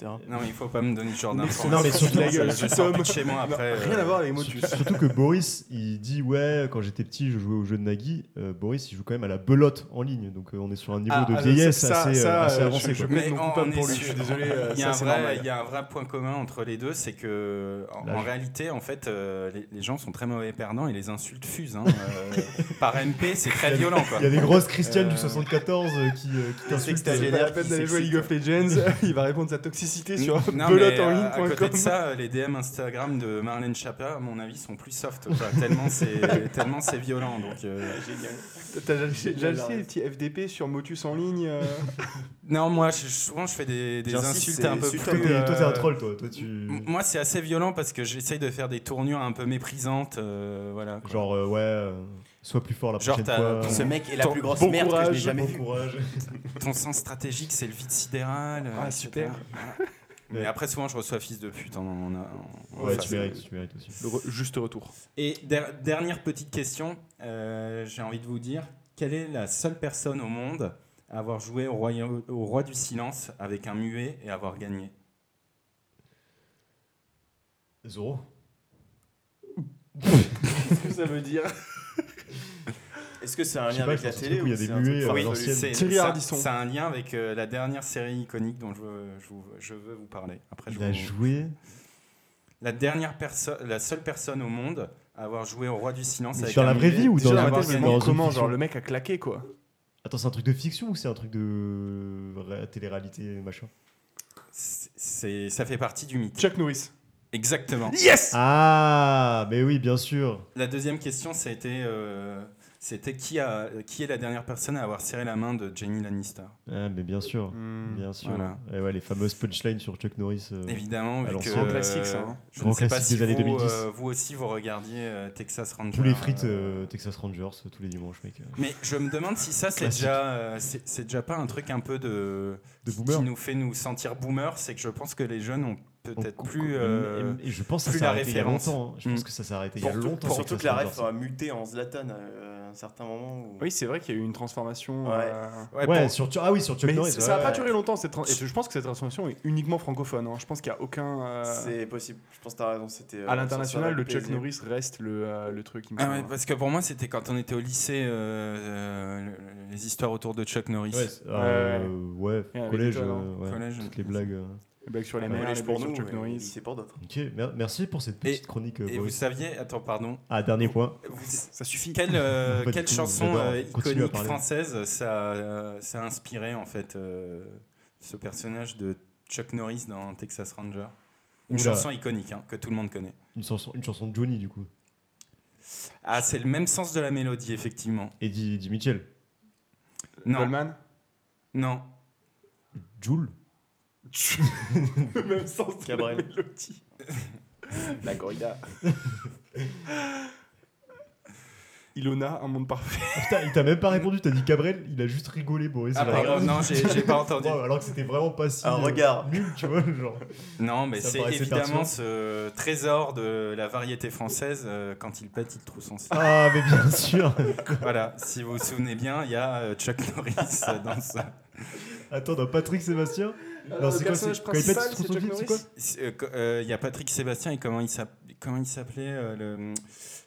Non, il faut pas me donner ce genre
Mais-
d'informations.
non, mais surtout-
Je-
la
je
gueule,
sors pas
Tom.
de chez moi après. euh,
Rien à voir avec Motus.
Surtout que Boris, il dit ouais, quand j'étais petit, je jouais au jeu de Nagui. Euh, Boris, il joue quand même à la belote en ligne, donc euh, on est sur un niveau
Ah,
de
ah,
vieillesse
ça- ça-
assez, euh,
ça,
assez
euh,
avancé. quoi.
je- je- plaide
Mais
non
on-
coupable
on
pour
est
lui, je suis
sûr.
désolé, euh,
Il y, a
ça,
un
c'est
vrai,
normal.
il y a un vrai point commun entre les deux, c'est que en,
L'âge.
en réalité, en fait, euh, les, les gens sont très mauvais perdants et les insultes fusent. hein. Euh, par MP, c'est très violent. Quoi.
Il y a des grosses Christianes du
Euh,
74 euh, qui, euh, qui t'insultent.
t'as
C'est
génial,
pas la peine
qui
d'aller jouer à League
s'excite.
of Legends, il va répondre sa toxicité sur
Non, mais à- à côté
pelotonline.com.
de ça, euh, les DM Instagram de Marlène Chapa, à mon avis, sont plus soft. quoi. Tellement c'est tellement c'est violent. Donc, euh,
T'as déjà- déjà acheté les petits FDP sur Motus en ligne euh,
Non, moi, je- souvent, je fais des, des
J'insiste,
insultes
c'est
un peu plus.
Toi,
super
t'es- toi, t'es un
euh,
troll, toi. Toi, tu.
M- Moi, c'est assez violent parce que j'essaye de faire des tournures un peu méprisantes. euh, voilà. quoi.
Genre, euh, ouais, euh, sois plus fort la
Genre,
prochaine
t'as-
fois.
Ce
mec est
la plus
grosse
bon merde que je n'ai courage,
Bon courage.
Ton sens stratégique, c'est le vide sidéral. euh,
Ah,
etc.
super.
Voilà. Mais
Ouais.
après, souvent, je reçois fils de pute. hein, on a- on-
Ouais,
enfin,
tu
c'est-
mérites, tu mérites aussi.
Juste retour.
Et der- dernière petite question, euh, j'ai envie de vous dire quelle est la seule personne au monde à avoir joué au, roya- au roi du silence avec un muet et avoir gagné
Zoro.
Qu'est-ce que ça veut dire
Est-ce que c'est un
Je sais
lien
pas,
avec
je
la
pense
télé
surtout
ou
qu'il y a
c'est
des
un truc
muets,
fort
euh,
Oui,
dans- l'ancienne.
c'est-
Thierry
ça-
Ardisson.
Ça a un lien avec euh, la dernière série iconique dont je, veux- je, vous- je veux vous parler. Après, je
Il a
vous-
joué.
La dernière personne, la seule personne au monde à avoir joué au roi du silence
Mais
avec
sur
un
la vraie
muet
vie ou
et
dans la
avoir
vraie vie
gagné.
Dans une
Comment
fiction.
Genre le mec a claqué quoi.
Attends, c'est un truc de fiction ou c'est un truc de ré- télé-réalité machin
C'est- c'est- ça fait partie du mythe.
Chuck Norris.
Exactement.
Yes
Ah, mais oui, bien sûr.
La deuxième question, c'était euh, c'était qui, a- qui est la dernière personne à avoir serré la main de Jenny Lannister
Ah, mais bien sûr. Bien sûr.
Voilà.
Et ouais, les fameuses punchlines sur Chuck Norris. euh,
Mm. Évidemment, vu
Alors,
que,
c'est un
classique, ça, hein.
Je
Grand
ne sais pas
classique
si
des années
vous,
2010.
euh, vous aussi vous regardiez euh, Texas Ranger.
tous les frites
euh,
euh, Texas Rangers euh, tous les dimanches, mec. euh,
Mais je me demande si ça, c'est
Classique.
déjà, euh, c'est c'est déjà pas un truc un peu de,
De
qui-
boomer.
qui nous fait nous sentir boomer. C'est que je pense que les jeunes ont peut-être plus. euh,
et, et je pense que ça
plus
s'est
la
arrêté il y a
référence.
longtemps. hein. Je pense
Mm.
que ça s'est arrêté il y a
Surtout-
longtemps.
Surtout que
Texas
la ref
Rangers.
a muté en Zlatan euh, à un certain moment. où-
Oui, c'est vrai qu'il y a eu une transformation.
Ouais.
euh,
Ouais,
pour-
sur Chuck- ah oui, sur Chuck
Mais
Norris.
ça n'a
ouais,
pas
ouais.
duré longtemps cette tran- et je pense que cette transformation est uniquement francophone. hein. Je pense qu'il n'y a aucun. euh,
C'est possible, je pense que t'as raison. C'était euh,
À l'international, le
ça aurait
Chuck
plaisir. bah,
Norris reste le, euh, le truc. il me
Ah
semble.
ouais, parce que pour moi, c'était quand on était au lycée, euh, euh, les histoires autour de Chuck Norris.
Ouais, c'est- euh, ouais,
Ouais, avec
collège,
les toiles, hein.
euh, ouais,
Collège.
toutes les blagues. euh.
Les blagues sur les
Ouais,
mères,
collège
les
pour
blagues
nous,
sur Chuck
bah, mais
Norris.
lycée pour d'autres.
Ok, mer- merci pour cette petite
Et-
chronique. euh,
Et vous
Boris.
saviez, attends, pardon,
Ah, dernier point.
Vous-
Ça suffit.
quelle, euh,
Pas du
quelle
tout,
chanson
j'adore.
euh,
Continue à
iconique
parler.
française ça, euh, ça a inspiré en fait euh, ce personnage de Chuck Norris dans Texas Ranger Une
Oula.
chanson iconique hein, que tout le monde connaît.
Une chanson, une chanson de Johnny, du coup.
Ah, c'est le même sens de la mélodie, effectivement.
Eddie, Eddie Mitchell.
Non,
Goldman
non,
Joule
le même sens de la
Cabrel.
mélodie.
La corrida.
Ilona, un monde parfait.
Putain, il t'a même pas répondu, t'as dit Cabrel, il a juste rigolé, Boris.
Ah,
Il a
pardon,
regardé-
non, j'ai j'ai pas entendu.
Ouais, alors que c'était vraiment pas si.
Un
euh,
regard.
Nul, tu vois, genre.
Non, mais
Ça
c'est
paraissait pertinent.
évidemment ce trésor de la variété française, euh, quand il pète, il trouve son slip.
Ah, mais bien sûr.
Voilà, si vous vous souvenez bien, il y a euh, Chuck Norris euh, dans ça.
Attends, dans Patrick Sébastien Non,
le
c'est quoi,
personnage
c'est- quand il pète,
principal,
il se
c'est Chuck
retrouve vite, c'est
Norris.
quoi
euh, Il y a Patrick Sébastien et comment il s'app- comment il s'appelait euh, le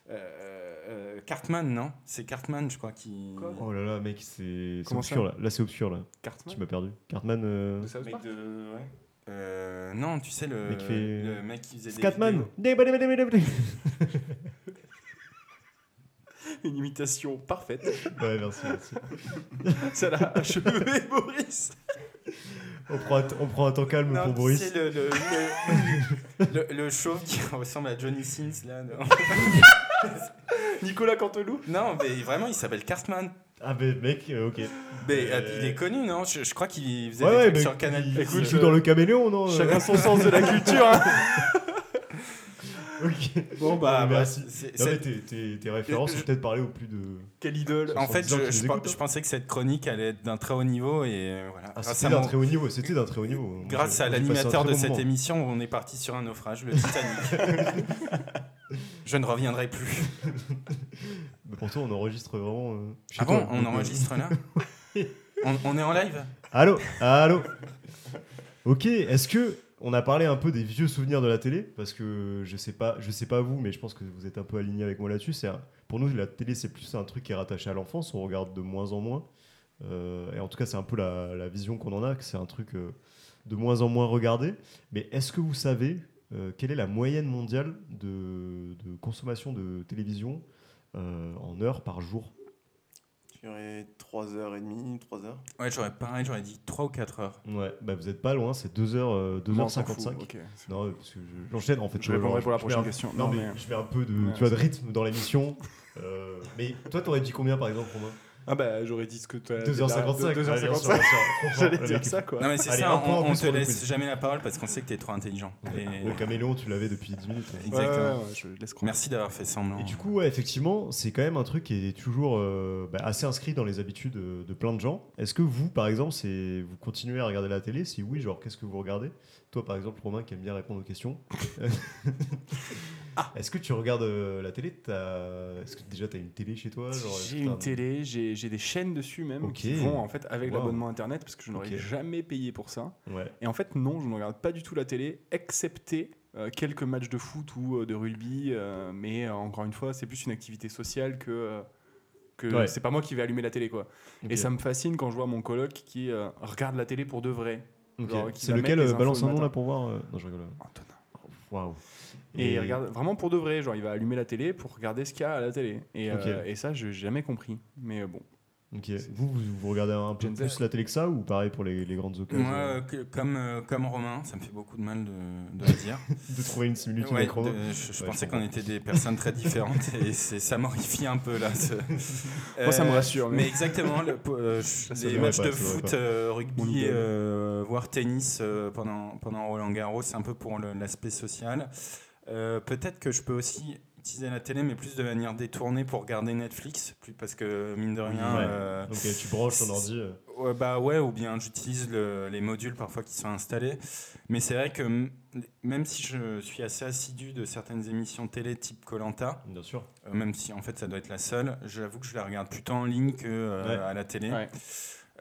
euh, euh, Cartman, non C'est Cartman, je crois, qui.
Quoi
Oh là là, mec, c'est c'est
Comment ça
obscur là. Là, c'est obscur là.
Cartman
Tu m'as perdu. Cartman. euh,
de South
Mec
Park.
de- ouais. Euh, non, tu sais, le
Mec qui fait-
le mec qui faisait des.
Scatman
vidéos.
Ouais,
Une imitation parfaite.
merci, merci.
Ça l'a achevé, Boris.
On prend, un t- on prend un temps calme
Non,
pour
tu
Boris.
sais, le, le, le, le- le chauve qui ressemble à Johnny Sins, là. Non,
Nicolas Canteloup.
Non, mais vraiment, il s'appelle Cartman.
Ah, mais mec, euh, ok.
Mais
Euh,
euh, il est connu, non je, je crois qu'il faisait
Ouais,
des
ouais,
trucs
mais
sur Canal+.
il,
Écoute,
il joue
je-
dans le caméléon, non euh,
Chacun son sens de la culture. hein.
Ok.
Bon,
bah,
voilà,
merci.
Ah, c'est-
Non,
c'est-
mais tes, tes- tes références ont peut-être parlé au plus de.
Quelle idole.
En
sont
fait,
des gens qui
je,
nous
je,
écoutent,
pen-
hein.
je pensais que cette chronique allait être d'un très haut niveau et euh, voilà.
Ah,
grâce
c'était
à,
d'un
mon-
très haut niveau. C'était d'un très haut niveau. Moi,
grâce
j'ai-
à
j'ai passé un
l'animateur
très
de
bon
cette
moment.
émission, on est parti sur un naufrage, le Titanic. je ne reviendrai plus.
Mais pourtant, on enregistre vraiment. euh, chez
Ah bon,
toi,
on
donc, euh,
enregistre là on, on est en live
Allô Allô Ok, est-ce que on a parlé un peu des vieux souvenirs de la télé Parce que je sais pas, je sais pas vous, mais je pense que vous êtes un peu aligné avec moi là-dessus. C'est un- Pour nous, la télé, c'est plus un truc qui est rattaché à l'enfance, on regarde de moins en moins. Euh, et en tout cas, c'est un peu la, la vision qu'on en a, que c'est un truc euh, de moins en moins regardé. Mais est-ce que vous savez euh, quelle est la moyenne mondiale de, de consommation de télévision euh, en heures par jour
Je dirais 3h30, 3h.
Ouais, j'aurais pareil, j'aurais dit 3 ou 4 heures.
Ouais, bah vous êtes pas loin, c'est euh, 2h,
Non, on s'en
2h55.
fout, ok.
Non, euh, parce que je- j'enchaîne en fait.
Je répondrai
Genre,
pour la
je
prochaine
mets un-
question. euh,
Non, mais, je mets un peu de,
Ouais.
tu vois, de rythme dans l'émission. Euh, mais toi, t'aurais dit combien par exemple, Romain
Ah bah j'aurais dit ce que tu as
2h55.
2h55. J'allais dire ça quoi.
Non, mais c'est
Allez,
ça,
un point en
on, on
plus
te
pour le
laisse
quiz.
jamais la parole parce qu'on sait que t'es trop intelligent. Et-
Au caméléon, tu l'avais depuis 10 minutes.
Ouais.
Ouais,
Exactement.
ouais, ouais, je laisse croire.
Merci d'avoir fait semblant.
Et du coup, ouais, effectivement, c'est quand même un truc qui est toujours euh, bah, assez inscrit dans les habitudes euh, de plein de gens. Est-ce que vous, par exemple, c'est vous continuez à regarder la télé Si oui, genre, qu'est-ce que vous regardez Toi, par exemple, Romain, qui aime bien répondre aux questions.
Ah.
Est-ce que tu regardes euh, la télé T'as- Est-ce que déjà t'as une télé chez toi Genre, est-ce
J'ai
que t'as un-
une télé, j'ai j'ai des chaînes dessus même
Ok.
qui vont en fait avec
Wow.
l'abonnement internet parce que je n'aurais
Ok.
jamais payé pour ça.
Ouais.
Et en fait non, je ne regarde pas du tout la télé, excepté euh, quelques matchs de foot ou euh, de rugby. euh, mais euh, encore une fois, c'est plus une activité sociale que euh, que
Ouais.
c'est pas moi qui vais allumer la télé quoi. Et
Ok.
ça me fascine quand je vois mon coloc qui euh, regarde la télé pour de vrai.
Ok.
Genre, qui
C'est
va
lequel
mettre les
euh,
infos
Balance
le
un nom
matin.
là pour voir euh, Non, je rigole.
Antonin.
Waouh.
Et il regarde vraiment pour de vrai, genre il va allumer la télé pour regarder ce qu'il y a à la télé. Et, euh,
Ok.
et ça, je n'ai jamais compris. Mais euh, bon,
Ok. Vous, vous, vous regardez un peu
Gen Z.
plus la télé que ça ou pareil pour les, les grandes occasions
Moi, euh, que- comme, euh, comme Romain, ça me fait beaucoup de mal de, de le dire.
De trouver une similitude
Ouais,
avec Romain.
de- je je
Ouais,
pensais
je
qu'on
comprends.
était des personnes très différentes et c'est- ça m'horrifie un peu là. ce-
moi ça me
Euh,
rassure.
Mais exactement, le- po- euh,
ça
les
devrait
matchs
pas,
de
ça devrait
foot,
pas.
euh,
Mon
rugby,
idole.
euh, voire tennis euh, pendant, pendant Roland Garros, c'est un peu pour le- l'aspect social. Euh, Peut-être que je peux aussi utiliser la télé, mais plus de manière détournée pour regarder Netflix, plus parce que mine de
Hein,
rien,
Ouais.
euh,
Ok, tu branches ton
c'est-
ordi. euh.
Ouais, bah ouais, ou bien j'utilise le- les modules parfois qui sont installés. Mais c'est vrai que m- même si je suis assez assidu de certaines émissions télé type Colanta, euh,
Bien sûr.
même si en fait ça doit être la seule, j'avoue que je la regarde plutôt en ligne que euh,
Ouais.
à la télé.
Ouais.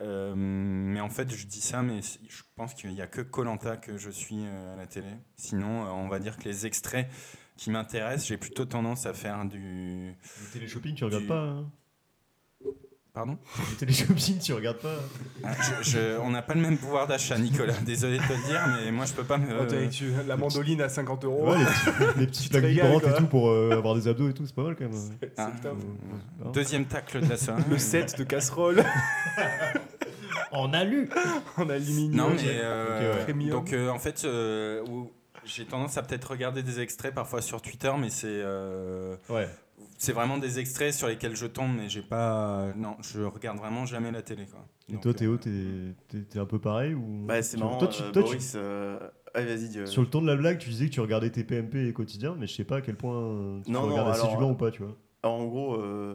Euh, mais en fait, je dis ça, mais c- je pense qu'il n'y a que Colanta que je suis euh, à la télé. Sinon, euh, on va dire que les extraits qui m'intéressent, j'ai plutôt tendance à faire du.
Le télé-shopping, tu regardes
Du-
pas hein
Pardon
Le télé-shopping, tu regardes pas hein
Ah, je- je- On n'a pas le même pouvoir d'achat, Nicolas. Désolé de te le dire, mais moi je peux pas me.
Oh,
euh,
la mandoline à 50 euros.
Ouais, les petits- les petites plaques
régales,
vibrantes et
quoi.
tout pour euh, avoir des abdos et tout, c'est pas mal quand même.
Ah,
top.
Euh, non
Deuxième tacle de la soirée.
Le set de casserole
En alu
en aluminium.
Non, mais. euh,
Ok, ouais.
Premium.
Donc, euh, en fait, euh, ou- j'ai tendance à peut-être regarder des extraits parfois sur Twitter, mais c'est. euh,
Ouais.
c'est vraiment des extraits sur lesquels je tombe, mais j'ai pas. Non, je regarde vraiment jamais la télé. Quoi.
Et
Donc,
toi,
euh,
Théo, t'es- t'es t'es un peu pareil ou...
Bah, c'est
Tu-
marrant,
Toi, tu-
euh,
toi, tu-
Boris. euh, ah, vas-y, dis, euh,
Sur le ton de la blague, tu disais que tu regardais tes PMP et quotidien, mais je sais pas à quel point euh, tu
Non, non,
regardes
alors,
assidûment ou pas, tu vois.
Alors, en gros, euh,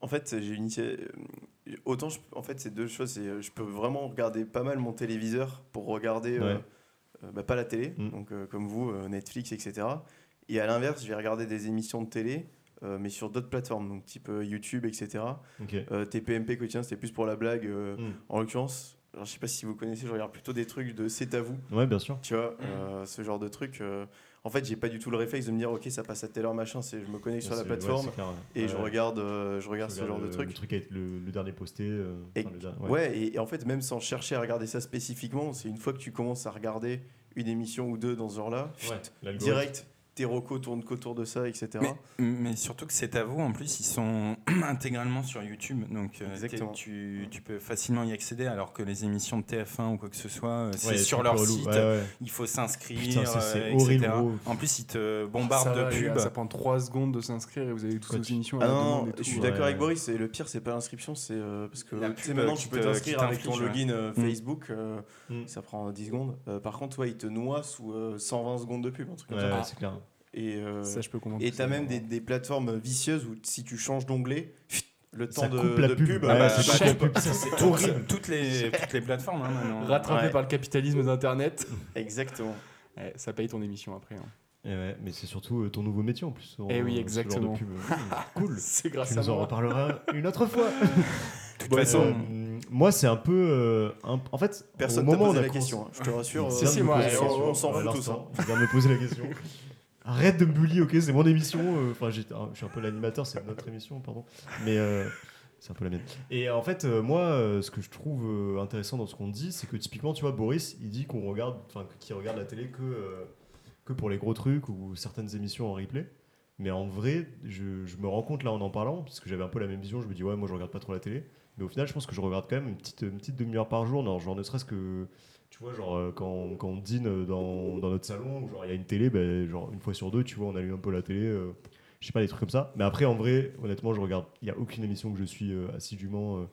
en fait, j'ai une initi- euh, autant je- en fait, c'est deux choses. c'est, euh, Je peux vraiment regarder pas mal mon téléviseur pour regarder euh,
Ouais.
euh, bah, pas la télé,
Mm.
donc euh, comme vous, euh, Netflix, etc. Et à l'inverse, je vais regarder des émissions de télé, euh, mais sur d'autres plateformes, donc type euh, YouTube, etc.
Ok.
Euh, TPMP quotidien, c'était plus pour la blague. euh,
Mm.
En l'occurrence, alors, je sais pas si vous connaissez, je regarde plutôt des trucs de C'est à vous.
Ouais, bien sûr.
Tu vois, euh, ce genre de truc. euh, en fait, j'ai pas du tout le réflexe de me dire, ok, ça passe à telle heure, machin. c'est- Je me connecte sur la
C'est- ouais,
plateforme
c'est clair, ouais.
et
Ouais,
je
ouais.
regarde, euh, je
Tu
regarde ce genre
regardes
de
le-
truc.
Le truc avec le, le dernier posté. euh,
Et-
enfin, le dernier-
ouais,
ouais.
et, et en fait, même sans chercher à regarder ça spécifiquement, c'est une fois que tu commences à regarder une émission ou deux dans ce genre-là,
l'algorithme.
direct, tes recos tournent qu'autour de ça, etc.
Mais, mais surtout que c'est à vous, en plus, ils sont intégralement sur YouTube. Donc, euh, t'es-
Exactement.
tu, tu peux facilement y accéder, alors que les émissions de TF1 ou quoi que ce soit, euh, c'est
Ouais,
sur
c'est
leur
relou.
site.
Ouais, ouais.
Il faut s'inscrire,
Putain, ça, c'est
euh,
horrible,
etc.
gros.
En plus, ils te bombardent
ça,
de
les gars,
pubs.
Ça prend 3 secondes de s'inscrire et vous avez toutes
Quoi,
vos
tu-
émissions à
Ah
la
non,
demande et
je
tout.
suis
ouais.
d'accord avec Boris, et le pire, c'est pas l'inscription, c'est euh, parce que
La
tu sais,
pub,
maintenant
euh,
tu
qui
peux
te-
t'inscrire
qui
avec ton
t'inflige,
login euh,
Mm.
Facebook, euh,
Mm.
ça prend 10 secondes. Euh, par contre, ouais, il te noie sous euh, 120 secondes de pub, un truc comme
Ouais,
ça.
ouais, c'est clair.
Et, euh,
Ça, je peux comprendre.
Et
que
t'as
ça-
même des, des plateformes vicieuses où si tu changes d'onglet, le temps
Ça
de,
coupe la
de
pub.
pub.
Ouais,
bah,
ça
bah,
coupe la pub.
Ça, c'est horrible. Toutes les, toutes les plateformes, hein, maintenant.
Rattrapé
Ouais.
par le capitalisme d'Internet.
Exactement.
Eh, ça paye ton émission après. hein.
Et ouais, mais c'est surtout euh, ton nouveau métier en plus. euh,
Eh oui,
ce genre de
exactement.
pub. Hmm, Cool.
C'est
Tu
grâce à
nous en
moi.
reparleras une autre fois.
De toute
Ouais,
façon,
euh, moi, c'est un peu. euh, un- En fait,
Personne
au
t'a
moment où
posé
on a
la
commencé-
question. hein. Je te rassure.
Il
euh,
vient de
si,
me
moi,
poser la
eh,
question.
on- on s'en
Ouais,
fout tous, hein.
l'instant, Il vient de me poser la question. Arrête de me bully, ok, c'est mon émission. euh, Enfin, j'ai- ah, je suis un peu l'animateur, c'est notre émission, pardon. Mais euh, c'est un peu la mienne. Et euh, en fait, euh, moi, euh, ce que je trouve euh, intéressant dans ce qu'on dit, c'est que typiquement, tu vois, Boris, il dit qu'on regarde, enfin, qu'il regarde la télé que, euh, que pour les gros trucs ou certaines émissions en replay. Mais en vrai, je, je me rends compte là en en parlant, parce que j'avais un peu la même vision, je me dis, ouais, moi, je regarde pas trop la télé. Mais au final, je pense que je regarde quand même une petite, une petite demi-heure par jour, non, genre ne serait-ce que tu vois, genre, euh, quand, quand on dîne euh, dans, dans notre salon, ou genre, il y a une télé, ben, genre, une fois sur deux, tu vois, on allume un peu la télé, euh, je sais pas, des trucs comme ça. Mais après, en vrai, honnêtement, je regarde, il y a aucune émission que je suis euh, assidûment. euh.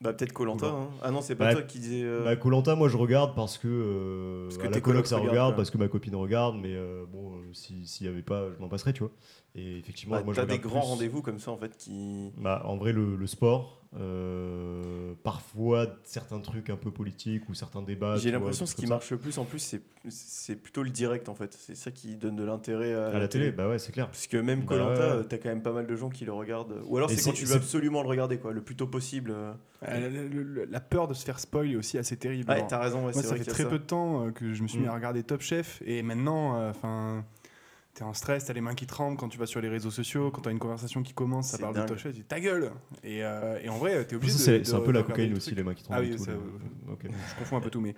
Bah peut-être Colanta.
Oula.
Ah non, c'est pas
Bah,
toi qui disais. euh,
Bah, Colanta, moi, je regarde parce que, euh,
Parce que
à la
tes
coloc,
colocs
ça regarde,
regardent, quoi.
parce que ma copine regarde, mais euh, bon, euh, si- s'il y avait pas, je m'en passerais, tu vois. Et effectivement,
bah,
moi, je
t'as
regarde.
des grands
plus-
rendez-vous comme ça en fait qui.
Bah, en vrai, le, le sport, euh, parfois certains trucs un peu politiques ou certains débats.
J'ai
Ah, tu vois,
l'impression
des
que ce
trucs
qui
comme
marche le plus en plus, c'est c'est plutôt le direct en fait. C'est ça qui donne de l'intérêt à,
ça. à la télé, bah ouais, c'est clair.
Parce que même
Bah
Colanta,
ouais.
t'as quand même pas mal de gens qui le regardent. Ou alors
Et
c'est
c'est-
quand tu
c'est-
veux absolument le regarder quoi, le plus tôt possible. euh.
Euh, le- le- le- La peur de se faire spoil est aussi assez terrible.
Ouais,
Genre,
t'as raison. ouais, c'est
Moi, ça
vrai
fait
qu'il y a
très peu de temps euh, que je me suis mis
Mm.
à regarder Top Chef et maintenant, euh, enfin, t'es en stress, t'as les mains qui tremblent quand tu vas sur les réseaux sociaux, quand t'as une conversation qui commence, ça
C'est
parle de
dingue.
Top Chef, tu dis ta gueule Et, euh, et en vrai, t'es
Ça,
obligé de.
C'est
de-
c'est un peu la
de regarder
cocaïne
le
aussi,
truc.
les mains qui tombent.
Ah
et
oui,
tout,
ça,
le-
euh,
ok.
Je confonds un peu tout, mais.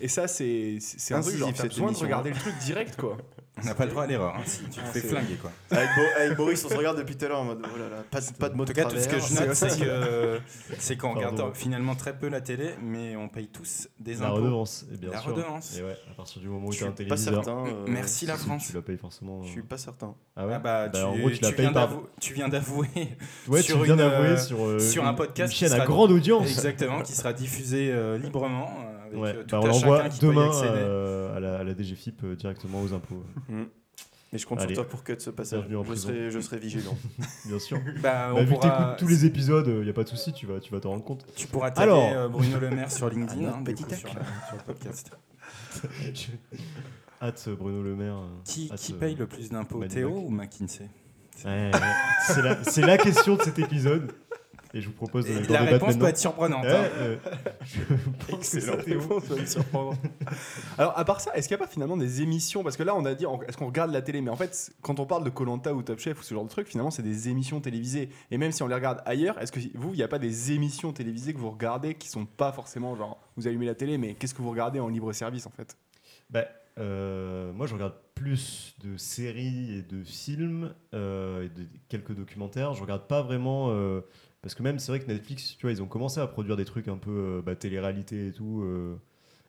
Et ça, c'est c'est un truc,
Incisif,
genre, t'as
cette
besoin de
émission,
regarder le truc direct, quoi.
on n'a pas le droit à l'erreur. hein, si tu te
Ah,
fais
c'est-
flinguer, quoi.
ça. Avec, Bo- avec Boris, on se regarde depuis tout à l'heure en mode oh là là, pas, pas de mot
En
de
tout cas, tout ce que
travers.
je note, c'est que- c'est qu'on
Pardon.
regarde finalement très peu la télé, mais on paye tous des
La
impôts.
redevance, et bien
La
sûr.
redevance.
Et ouais, à partir du moment où
Je
tu as un
suis pas
téléviseur,
certain. euh,
Merci la
tu-
France.
tu la payes forcément.
Je suis
euh.
pas certain.
Ah ouais
Ah bah,
Bah,
tu,
en gros, tu la
tu
payes
viens
par-
d'avou- tu viens d'avouer
Ouais,
sur
tu viens
une,
d'avouer
euh,
sur, euh,
sur un
une-
podcast
Une
qui
chaîne à
sera-
grande audience.
exactement qui sera diffusé euh, librement. euh, avec,
Ouais,
euh, tout
bah, on
à
l'envoie
chacun qui peut y
demain
accéder.
euh, à la à la DGFIP euh, directement aux impôts.
Mais je compte
Allez.
sur toi pour cut ce passage.
Bienvenue en
Je
prison.
serai, je serai vigilant.
Bien sûr.
Bah,
Bah,
on
vu que
pourra,
t'écoutes tous les épisodes, il n'y a pas de souci, tu vas tu vas t'en rendre compte.
Tu pourras taguer
Alors.
euh, Bruno Le Maire sur LinkedIn,
Un autre
hein, du
petit
coup, sur,
tac.
la- sur le podcast.
Je- Hâte euh, Bruno Le Maire. euh,
Qui,
hâte,
qui
euh,
paye le plus d'impôts,
Mad
Théo
Max.
ou McKinsey
ouais, ouais. C'est la- C'est la question de cet épisode. Et je vous propose de
Et
d'en
La
débattre
réponse
maintenant.
peut être surprenante.
Ouais,
hein.
euh, je pense que
Eh, Excellent.
c'était bon.
réponse, ça va me surprendre. Alors, à part ça, est-ce qu'il n'y a pas finalement des émissions Parce que là, on a dit, on- est-ce qu'on regarde la télé Mais en fait, quand on parle de Colanta ou Top Chef ou ce genre de truc, finalement, c'est des émissions télévisées. Et même si on les regarde ailleurs, est-ce que vous, il n'y a pas des émissions télévisées que vous regardez qui sont pas forcément genre, vous allumez la télé, mais qu'est-ce que vous regardez en libre service en fait
Bah, euh, moi, je regarde plus de séries et de films euh, et de quelques documentaires. Je regarde pas vraiment. euh, parce que même, c'est vrai que Netflix, tu vois, ils ont commencé à produire des trucs un peu euh, bah, télé-réalité et tout. euh,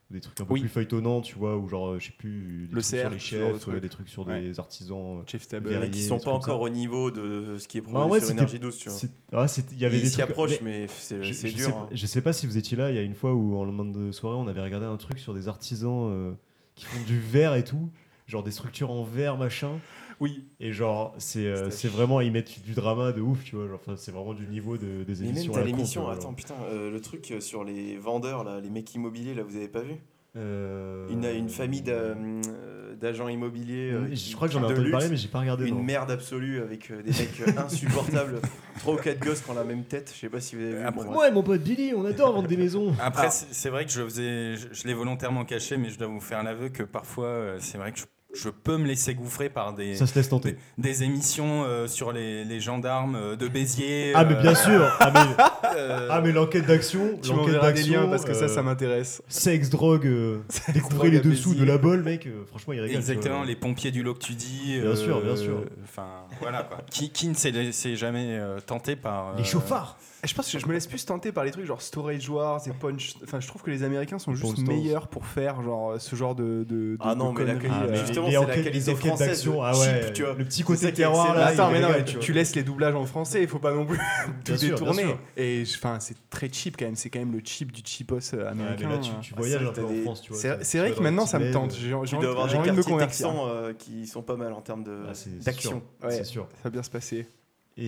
ou des trucs un peu
Oui.
plus feuilletonnants, tu vois, ou genre, euh, je sais plus, des
Le
trucs sur
CR,
les
ce genre de
chefs, euh,
trucs.
des trucs sur
Ouais.
des artisans. euh.
Chef
Il y
Table.
a-
mais Euh, qui sont
des
pas
trucs comme
encore
ça.
au niveau de ce qui est
Ah
proposé
ouais,
sur
c'était-
Énergie 12, tu vois.
C'est- Ah, c'était- il y avait
Ils
des
s'y
trucs.
approchent,
mais-
mais, c'est
je,
c'est
je
dur.
sais,
hein.
pas- je sais pas si vous étiez là il y a une fois où en lendemain de soirée on avait regardé un truc sur des artisans euh, qui font du verre et tout, genre des structures en verre machin.
Oui.
Et genre c'est euh,
C'était
c'est vraiment ils mettent du drama de ouf, tu vois. Genre enfin, c'est vraiment du niveau de, des
Mais même
émissions.
t'as
à la con,
l'émission,
quoi, genre.
attends putain, euh, le truc euh, sur les vendeurs là, les mecs immobiliers là, vous avez pas vu
Euh,
une, une famille d'a- euh, d'agents immobiliers. euh, qui-
Je crois que j'en ai
de
entendu
luxe,
parler mais j'ai pas regardé. non.
Une merde absolue avec euh, des mecs euh, insupportables. Trois ou quatre gosses qui ont la même tête. Je sais pas si vous avez
Ah,
vu.
Après-
bon,
Ouais mon pote Billy, on adore vendre des maisons.
Après, c'est c'est vrai que je faisais, je, je l'ai volontairement caché, mais je dois vous faire l'aveu que parfois, euh, c'est vrai que je, je peux me laisser gouffrer par des,
Ça se laisse tenter.
des, des émissions euh, sur les, les gendarmes euh, de Béziers.
Ah mais
euh,
bien sûr. Ah mais,
euh,
ah, mais l'enquête d'action.
Tu
l'enquête
m'enverras des
d'action,
liens parce que ça,
euh,
ça m'intéresse.
sexe, drogue, euh, découvrez
drogue
les
à
dessous
Béziers.
de la bolle, mec. euh, franchement, il régale.
Exactement,
tu vois.
les pompiers du Loctudi.
Bien sûr, bien sûr.
Enfin, voilà quoi. Qui, qui ne s'est laissé jamais euh, tenter par.
Les
euh,
chauffards.
Je pense que je me laisse plus tenter par les trucs genre Storage Wars et Punch. Enfin, je trouve que les Américains sont juste
Punch Stars.
meilleurs pour faire genre ce genre de. de- de-
Ah non,
de
mais la
conneries,
qualité-
euh.
mais justement,
les
c'est la
enquêtes-
qualité
les enquêtes
française,
d'action.
le
Ah
cheap,
ouais,
tu vois.
le petit
C'est ça
côté
qui est
terroir
excellent.
là.
Attends,
il
mais non,
régale,
mais tu,
vois.
tu laisses les doublages en français, il faut pas non plus tout
Bien sûr, bien
détourner.
sûr.
Et je- enfin, c'est très cheap quand même. C'est quand même le cheap du cheapos euh,
Ouais, mais
américain.
là, tu, tu
Ah,
voyages
c'est
un peu
vrai que t'as
en
des-
France, tu vois.
C'est
tu-
c'est
tu
vrai
vas dans
que
euh,
maintenant,
les
ça me
petites
tente.
baies,
J'ai j'ai
Tu
envie,
dois avoir
j'ai
des
envie de me
quartiers
convertir.
texans euh, qui sont pas mal en termes de-
Ah, c'est- c'est
d'action.
sûr.
Ouais.
C'est sûr.
Ça va bien se passer.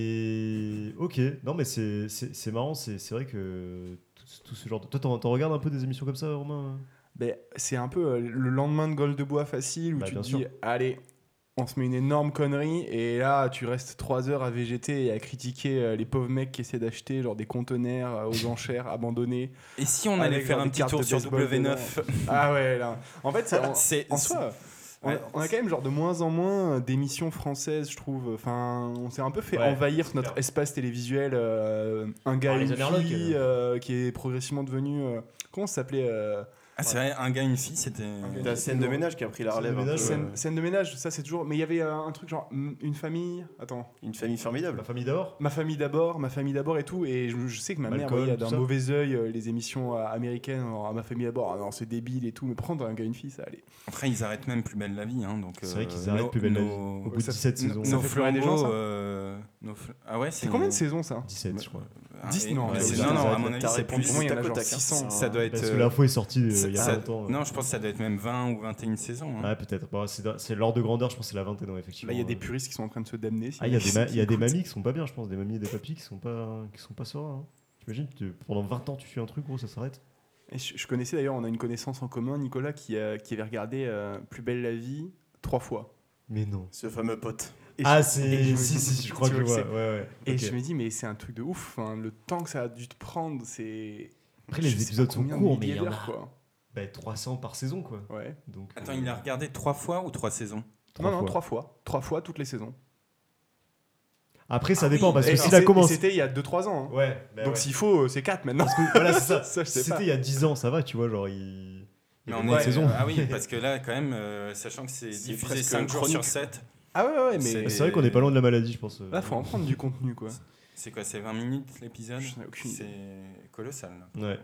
Et ok, non mais c'est- c'est c'est marrant, c'est c'est vrai que tout, tout ce genre de... Toi, t'en t'en regardes un peu des émissions comme ça, Romain
Ben, c'est un peu euh, le lendemain de Gol de Bois facile où
Bah,
tu te
bien
dis
sûr.
allez, on se met une énorme connerie et là tu restes 3 heures à végéter et à critiquer euh, les pauvres mecs qui essaient d'acheter genre des conteneurs euh, aux enchères abandonnés.
Et si on allait
Avec
faire
genre
un
des
petit
Ah, cartes
tour
de
sur
baseball
W9
Ah ouais, là. En fait, c'est- en,
C'est.
en
c'est-
soi, on, a-
ouais.
on a quand même genre de moins en moins d'émissions françaises, je trouve. Enfin, on s'est un peu fait
Ouais,
envahir
c'est
notre
clair.
espace télévisuel. euh, un gars,
Par les
une
Amerlocs,
fille,
euh.
euh, qui est progressivement devenu. euh, comment ça s'appelait euh,
Ah, c'est vrai, un gars, une fille, c'était.
gars,
T'as la scène de ménage qui a pris la
Scène de
relève. un
ménage,
peu. euh,
Scène, scène de ménage, ça c'est toujours. Mais il y avait euh, un truc genre mm, une famille. Attends.
Une famille
La
formidable.
famille d'or
Ma famille d'abord, ma famille d'abord et tout. Et je, je sais que ma mère
Malcolm,
voyait
tout
d'un
ça.
mauvais œil euh, les émissions euh, américaines. genre, Ah, ma famille d'abord, ah non, c'est débile et tout. Mais prendre un gars, une fille, ça allait.
Après, ils arrêtent même plus belle la vie. Hein, donc,
C'est
euh,
vrai qu'ils arrêtent
nos-
Plus belle la vie.
nos-
Au bout de
ça-
17 saisons.
ça
Nos
fait pleurer des gens, ça
flambeaux. euh, nos fl- Ah ouais,
Mmh.
C'est combien de saisons ça
17, je crois.
Ah,
Dix-
et-
non,
ouais,
mais
c'est-
ça,
non,
ça
non,
doit
à mon
être-
avis,
t'as
c'est
répondu,
plus.
Au moins, il y en a
tac au
genre
tac, hein.
600.
Ça doit être.
Parce que
euh,
l'info est sortie euh,
ça-
il y a
ça-
pas longtemps. Ah.
Non, je pense que ça doit être même 20 ou 21 saisons. hein.
Ouais, peut-être. Bon, c'est dans- c'est l'ordre de grandeur, je pense, c'est la vingtaine, ouais, effectivement.
Là, Bah, il y a des
Euh,
puristes qui sont en train de se damner.
Ah, il y a des, ma- il y a des
Écoute.
mamies qui sont pas bien, je pense, des mamies et des papis qui sont pas, qui sont pas sereins. hein. T'imagines, tu- pendant 20 ans, tu suis un truc, gros, ça s'arrête.
Et je, je connaissais d'ailleurs, on a une connaissance en commun, Nicolas, qui, euh, qui avait regardé euh, Plus belle la vie trois fois.
Mais non.
Ce fameux pote.
Et
ah,
je- et je
c'est.
me
Si,
dis-
si, je
tu
crois que je
que
vois.
c'est-
Ouais, ouais.
Et
ok.
je me dis, mais c'est un truc de ouf. Enfin, le temps que ça a dû te prendre, c'est.
Après,
je
les
sais pas
épisodes sont
combien de
courts, mais il
milliers
y en
d'heures,
a
quoi.
bah, 300 par saison, quoi.
Ouais.
Donc,
Attends,
euh,
il a regardé trois fois ou trois saisons
trois
non, non,
fois.
trois fois. Trois fois toutes les saisons.
Après, ça
Ah oui,
dépend, parce
Et
que
c'est-
si la commence.
C'était il y a 2-3 ans. hein.
Ouais, bah
Donc
ouais.
s'il faut, euh, c'est 4 maintenant.
Parce que, voilà, c'est ça.
Ça, je
Si
sais pas.
c'était il y a 10 ans, ça va, tu vois, genre, il. il y
Mais
avait
on
une
est-
euh,
saison.
Ah oui, parce que là, quand même, euh, sachant que c'est
C'est
diffusé
presque
5 jours
chronique.
sur 7,
Ah ouais, ouais, ouais,
C'est-
mais.
C'est vrai qu'on est pas loin de la maladie, je pense. euh.
Là, faut en prendre du contenu, quoi.
c'est quoi C'est 20 minutes l'épisode
J'en ai aucune idée.
C'est colossal. là.
Ouais.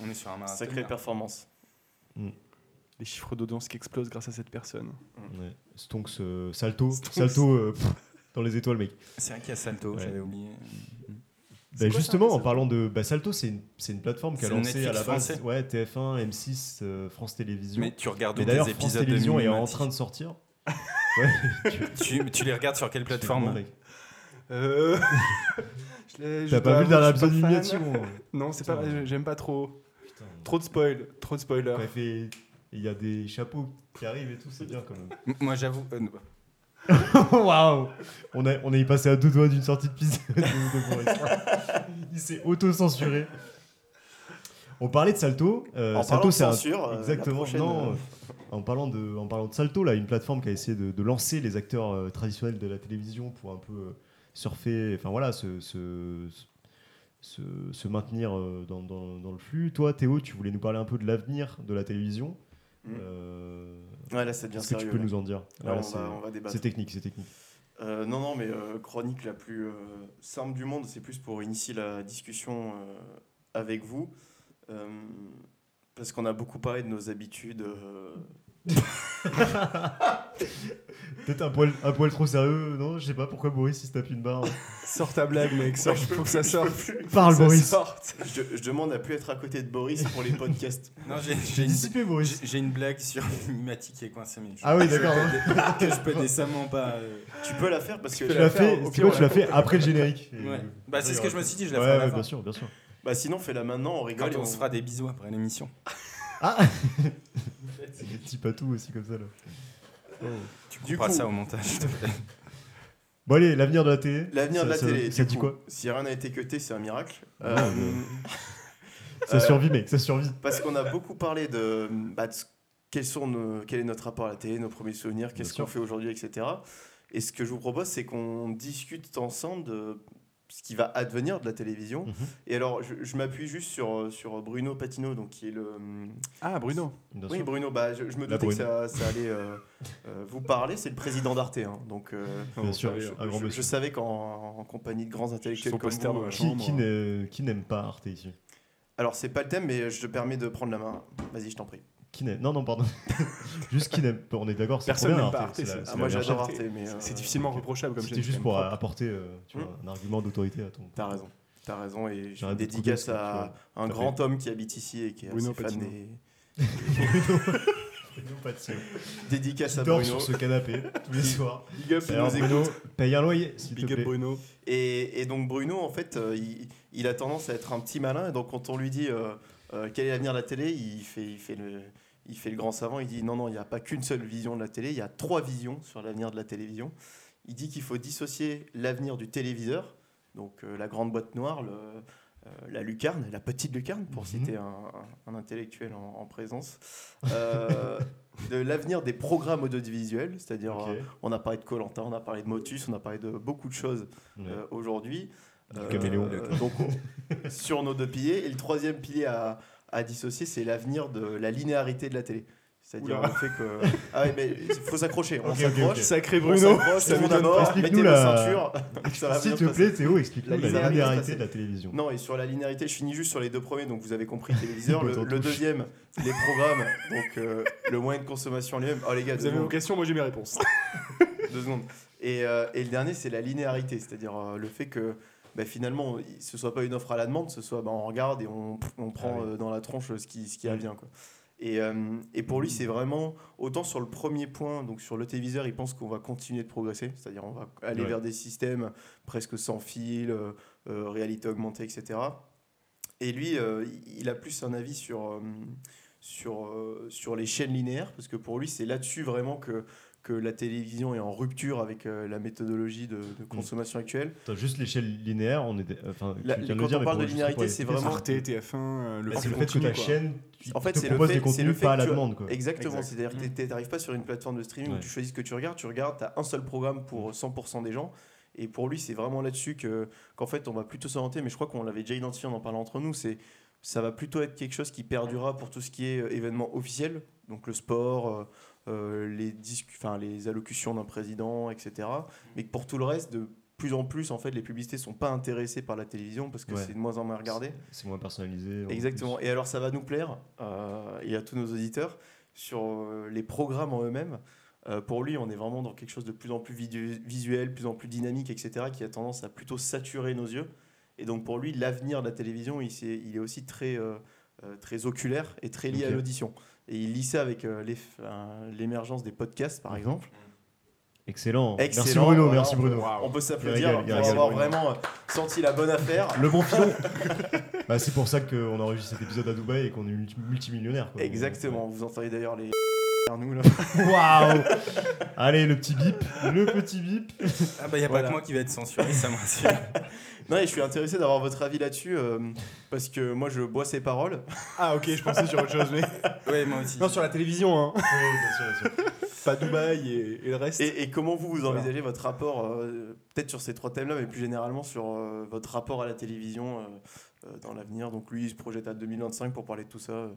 On est sur un marathon.
Sacrée
là.
performance.
Les chiffres d'audience qui explosent grâce à cette
Bah,
personne.
ouais. Stonks, euh, Salto.
Stonks.
Salto, euh, pff, dans les étoiles, mec. Bah,
C'est vrai qu'il y a Salto,
Ouais.
j'avais oublié.
Bah, justement, en parlant de bah, Salto, c'est une, c'est une plateforme qui a
C'est
lancé à
Netflix
la base
français.
ouais, TF1, M6, euh, France Télévisions.
Mais
Mais,
tu regardes où
d'ailleurs,
tes
France
épisodes de
Télévisions est en
Minimati
train de sortir. ouais, tu- tu
tu, tu les regardes sur quelle
te demandes,
plateforme
mec.
Euh. je l'ai- je
T'as
dois
pas vu le
avouer
dernier
que je suis pas
épisode de
fan.
Minimati, gros
Non, c'est pas.
Putain.
J'aime pas trop.
Putain.
Trop de spoil. Trop de spoiler.
Quand elle fait- Il y a des chapeaux qui arrivent et tout, c'est bien quand même.
M- Moi, j'avoue. euh, non.
Waouh on, a- on est passé à deux doigts d'une sortie de piste de, de Boris. Il s'est auto-censuré. On parlait de Salto. euh,
En parlant
Salto,
de
c'est un
censure, euh, la
Exactement.
prochaine,
non,
euh,
euh, en, parlant de, en parlant de Salto, là, une plateforme qui a essayé de, de lancer les acteurs euh, traditionnels de la télévision pour un peu euh, surfer, enfin voilà, se, se, se, se maintenir euh, dans, dans- dans le flux. Toi, Théo, tu voulais nous parler un peu de l'avenir de la télévision.
Mm.
Euh,
Ouais, là, c'est bien
Qu'est-ce que tu
sérieux.
peux
là.
nous en dire
Là,
Voilà,
on
c'est-
va- on va débattre.
C'est technique, c'est technique.
Euh, non, non, mais euh, chronique la plus euh, simple du monde, c'est plus pour initier la discussion euh, avec vous. Euh, Parce qu'on a beaucoup parlé de nos habitudes. euh,
Peut-être un poil, un poil trop sérieux, non Je sais pas pourquoi Boris il se tape une barre.
Sors ta blague, mec. Sors,
je peux
faut que ça
plus, je peux
sorte.
plus.
Parle
Ça
Boris
sorte.
Je, je demande à plus être à côté de Boris pour les podcasts.
Non, j'ai- j'ai
J'ai
une,
dissipé Boris.
j'ai- j'ai une blague sur Mimati qui est coincée, mais je-
Ah oui, d'accord.
que je peux décemment pas. euh,
Tu peux la faire parce que
Tu l'as fait,
au
c'est
pire,
quoi,
on
tu
la
l'as fait après le générique. Et,
Ouais.
euh,
Bah, c'est ce que je me suis dit, je la
ouais,
ferai à la
ouais,
fin.
bien sûr, bien sûr.
Bah sinon, fais-la maintenant, on
Quand
rigole. et
on se fera des bisous après l'émission.
Ah C'est des petits patous aussi comme ça là.
Tu
Du
couperas
coup-
ça au montage, s'il te plaît.
Bon allez, l'avenir de la télé.
L'avenir
Ça-
de la
ça-
télé.
Ça
du
dit
coup.
quoi Ah,
Si rien n'a été cuté, c'est un miracle.
Ouais,
Euh,
Ça
euh,
survit, mec, ça survit.
Parce qu'on a beaucoup parlé de, bah, de ce- quels sont nos- quel est notre rapport à la télé, nos premiers souvenirs, qu'est-ce
sûr.
qu'on fait aujourd'hui, etc. Et ce que je vous propose, c'est qu'on discute ensemble de ce qui va advenir de la télévision.
Mhm.
Et alors, je, je m'appuie juste sur, sur Bruno Patino, donc qui est le...
Ah, Bruno.
Bien
Oui,
sûr.
Bruno, bah, je, je me
La
doutais que ça, ça allait euh, euh, vous parler. C'est le président d'Arte, hein, donc euh,
Oh,
Bien sûr, un grand
je, je
monsieur.
savais qu'en en compagnie de grands intellectuels
Son
comme
poster
vous...
dans la
euh,
Qui,
chambre.
qui n'est- qui n'aime pas Arte ici
Alors, c'est pas le thème, mais je te permets de prendre la main. Vas-y, je t'en prie.
qui n'aime- Non, non, pardon. Juste qui n'aime. On est d'accord, c'est
Personne
trop bien,
n'aime pas
Arte, c'est
Arte,
la-
ça.
c'est
Ah,
la
moi,
meilleure
j'adore
chaîne.
Arte, mais... euh,
C'est difficilement reprochable comme
C'était
chaîne,
juste
quand
pour
même.
apporter euh, tu vois, un argument d'autorité à ton.
T'as raison, t'as raison et je
J'arrête de te couper
dédicace
parce que
à un
t'as
grand homme qui habite ici et qui est
Bruno
assez fan
Patino.
des...
Bruno Patio.
Dédicace à
Qui dort
Bruno.
sur ce canapé tous les soirs.
Big up, il
Alors
nous
Bruno,
écoute.
paye un loyer s'il te
Big up
plaît.
Bruno.
Et, et donc Bruno, en fait, euh, il, il a tendance à être un petit malin et donc quand on lui dit euh, euh, quel est l'avenir de la télé, il fait, il, fait le, il fait le grand savant, il dit non, non, il n'y a pas qu'une seule vision de la télé, il y a trois visions sur l'avenir de la télévision. Il dit qu'il faut dissocier l'avenir du téléviseur, donc euh, la grande boîte noire, le- euh, la lucarne, la petite lucarne, pour
Mhm.
citer un, un intellectuel en, en présence, euh, de l'avenir des programmes audiovisuels, c'est-à-dire
Ok.
euh, on a parlé de Colanta, on a parlé de Motus, on a parlé de beaucoup de choses
Ouais.
euh, aujourd'hui. Euh,
Du caméléon.
donc, on- sur nos deux piliers. Et le troisième pilier à, à dissocier, c'est l'avenir de la linéarité de la télé. C'est-à-dire
Oula.
le fait que. Ah oui, mais il faut s'accrocher. On
Ok, ok,
s'accroche.
ok.
Sacré
On
Bruno.
s'accroche,
ça m'étonne
tout le monde
pas.
d'abord,
Explique-nous
mettez vos
la-
ceintures. Ça va
S'il
bien
te
se
plaît, Théo, explique-nous
La
la
linéarité
linéarité
se
de la télévision.
Non, et sur la linéarité, je finis juste sur les deux premiers. Donc, vous avez compris, téléviseur.
Botte
le,
en
le
touche.
deuxième, les programmes. Donc, euh, le moyen de consommation en lui-même. Oh, les gars,
Vous
deux
avez vos
secondes.
questions, moi j'ai mes réponses.
Deux secondes. Et, euh, et le dernier, c'est la linéarité, c'est-à-dire euh, le fait que bah, finalement, il- ce soit pas une offre à la demande, ce soit bah, on regarde et on, on prend
Ah oui. Mm.
euh, dans la tronche euh, ce qui, ce qui advient. Quoi. Et, euh, et pour lui, c'est vraiment autant sur le premier point, donc sur le téléviseur, il pense qu'on va continuer de progresser, c'est-à-dire on va aller
Ouais.
vers des systèmes presque sans fil, euh, euh, réalité augmentée, etc. Et lui, euh, il a plus un avis sur, euh, sur, euh, sur les chaînes linéaires, parce que pour lui, c'est là-dessus vraiment que, que la télévision est en rupture avec euh, la méthodologie de, de consommation actuelle.
T'as juste l'échelle linéaire, on est. des- Enfin, tu
La-
viens de
quand
le dire,
on
mais
parle
pour-
de
juste
linéarité,
pour les
c'est
télés,
vraiment-
Arte, TF1, euh, le
Bah, c'est
flux
le fait que
continu,
ta
quoi.
chaîne tu-
En fait,
te
c'est le
propose
fait-
des
c'est le
contenus
fait
pas à
que
la
tu as-
demande. Quoi.
Exactement,
Exact.
c'est-à-dire que tu n'arrives pas sur une plateforme de streaming
Ouais. Mm.
où tu choisis ce que tu regardes, tu regardes, tu as un seul programme pour 100% des gens. Et pour lui, c'est vraiment là-dessus que- qu'en fait, on va plutôt s'orienter, mais je crois qu'on l'avait déjà identifié en en parlant entre nous, c'est ça va plutôt être quelque chose qui perdurera pour tout ce qui est euh, événement officiel, donc le sport, euh, euh, les, discu- enfin, les allocutions d'un président, etc. Mais que pour tout le reste, de plus en plus, en fait, les publicités sont pas intéressées par la télévision parce que
Ouais.
c'est de moins en moins regardé.
C'est moins personnalisé. en
Exactement. Et alors, ça va nous plaire, euh, et à tous nos auditeurs, sur euh, les programmes en eux-mêmes. Euh, pour lui, on est vraiment dans quelque chose de plus en plus vidu- visuel, plus en plus dynamique, etc., qui a tendance à plutôt saturer nos yeux. Et donc, pour lui, l'avenir de la télévision, il, s'est- il est aussi très, euh, euh, très oculaire et très
Ok.
lié à l'audition. Et il lit ça avec euh, l'eff- euh, l'émergence des podcasts, par exemple.
plus. Excellent. Merci
Excellent,
Bruno,
voilà,
merci Bruno.
On peut
Il
s'applaudir
régale, il
pour
régale,
avoir
Bruno.
vraiment euh, senti la bonne affaire.
Le bon filon. bah, c'est pour ça qu'on enregistre cet épisode à Dubaï et qu'on est multi- multimillionnaire. quoi.
Exactement. Vous entendez d'ailleurs les... nous, là.
Waouh Allez, le petit bip. Le petit bip.
Ah bah, y a
Voilà.
pas que moi qui va être censuré, ça me rassure.
Non, et je suis intéressé d'avoir votre avis là-dessus, euh, parce que moi je bois ses paroles.
Ah, ok, je pensais sur autre chose, mais.
Ouais, moi aussi.
Non, sur la télévision, hein.
Oui, bien sûr, bien sûr.
Pas Dubaï et, et le reste.
Et, et comment vous, vous envisagez votre rapport, euh, peut-être sur ces trois thèmes-là, mais plus généralement sur euh, votre rapport à la télévision euh, euh, dans l'avenir. Donc lui, il se projette à 2025 pour parler de tout ça. euh.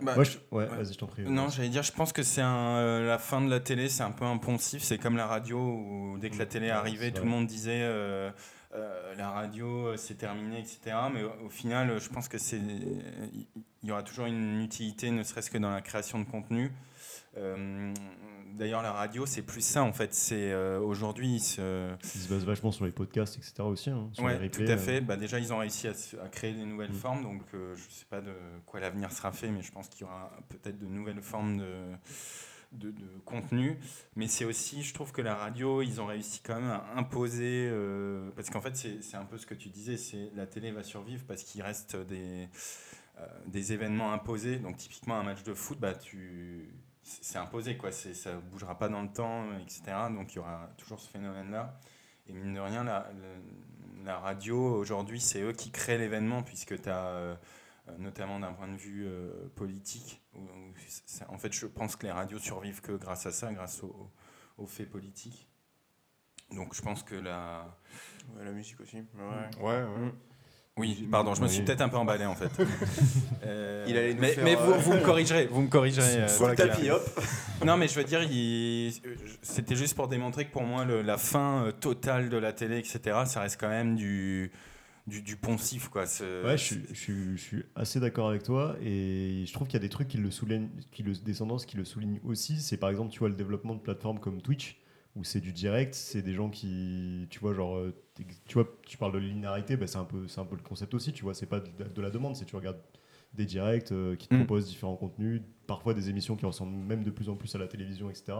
Bah,
Moi, je- Ouais,
ouais.
vas-y, je t'en prie.
Non, j'allais dire, je pense que c'est un, euh, la fin de la télé, c'est un peu un poncif, c'est comme la radio où dès que la télé
Mm, Ouais,
arrivait,
c'est
tout
vrai.
le monde disait euh, euh, la radio, euh, c'est terminé, etc. Mais au, au final, euh, je pense que c'est, il y aura toujours une utilité, ne serait-ce que dans la création de contenu. Euh, D'ailleurs, la radio, c'est plus ça en fait. C'est euh, aujourd'hui, ils se-
Ils se basent vachement sur les podcasts, etc. aussi. hein, sur
Ouais,
les
tout
replays,
à
euh.
fait. Bah, déjà, ils ont réussi à, se- à créer des nouvelles
Mm.
formes, donc euh, je ne sais pas de quoi l'avenir sera fait, mais je pense qu'il y aura peut-être de nouvelles formes de, de, de contenu. Mais c'est aussi, je trouve que la radio, ils ont réussi quand même à imposer, euh, parce qu'en fait, c'est c'est un peu ce que tu disais, c'est la télé va survivre parce qu'il reste des, euh, des événements imposés. Donc typiquement, un match de foot, bah, tu... c'est c'est imposé, quoi. C'est- ça ne bougera pas dans le temps, euh, etc. Donc il y aura toujours ce phénomène-là. Et mine de rien, la, la- la radio, aujourd'hui, c'est eux qui créent l'événement, puisque tu as, notamment d'un point de vue euh, politique, où- où c'est- en fait, je pense que les radios survivent que grâce à ça, grâce au- aux, faits politiques. Donc je pense que la...
Ouais, la musique aussi. mais ouais.
Ouais, Mm. ouais.
Oui, pardon, je me suis
Oui.
peut-être un peu emballé en fait. Euh,
Il allait nous
mais
faire,
mais
euh,
vous, vous me corrigerez, vous me corrigerez. euh,
Sous
voilà,
le tapis,
Claire.
hop.
Non, mais je veux dire, il- c'était juste pour démontrer que pour moi, le- la fin euh, totale de la télé, etc., ça reste quand même du, du, du poncif, quoi. ce-
Ouais, je, suis- je suis- je suis assez d'accord avec toi et je trouve qu'il y a des trucs qui le soulignent, qui le, des tendances qui le soulignent aussi. C'est par exemple, tu vois, le développement de plateformes comme Twitch où c'est du direct, c'est des gens qui, tu vois, genre, euh, t'es- tu vois, tu parles de linéarité, bah, c'est un peu, c'est un peu le concept aussi, tu vois, c'est pas de, la- de la demande, c'est tu regardes des directs euh, qui te
Mm.
proposent différents contenus, parfois des émissions qui ressemblent même de plus en plus à la télévision, etc.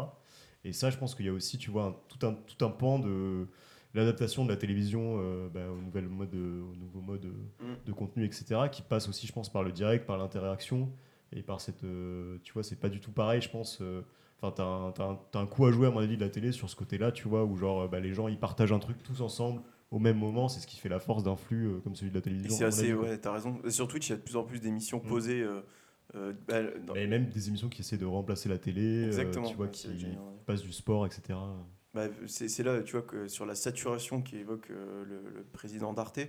Et ça, je pense qu'il y a aussi, tu vois, un- tout un tout un pan de l'adaptation de la télévision euh, bah, au nouvel mode, euh, au nouveau mode euh,
Mm.
de contenu, etc., qui passe aussi, je pense, par le direct, par l'interaction et par cette, euh, tu vois, c'est pas du tout pareil, je pense. euh, Enfin, t'as un, t'as un- t'as un coup à jouer, à mon avis, de la télé sur ce côté-là, tu vois, où genre, euh, bah, les gens, ils partagent un truc tous ensemble au même moment, c'est ce qui fait la force d'un flux euh, comme celui de la
Et
télévision.
c'est
à mon
assez,
avis.
ouais, t'as raison. Sur Twitch, il y a de plus en plus d'émissions
Mm.
posées. euh, euh, bah, dans-
Mais même des émissions qui essaient de remplacer la télé, euh,
Exactement.
tu vois,
ouais, c'est
qui
ça que j'allais dire.
passent du sport, etc.
Bah, c'est c'est là, tu vois, que sur la saturation qu'évoque euh, le, le président d'Arte,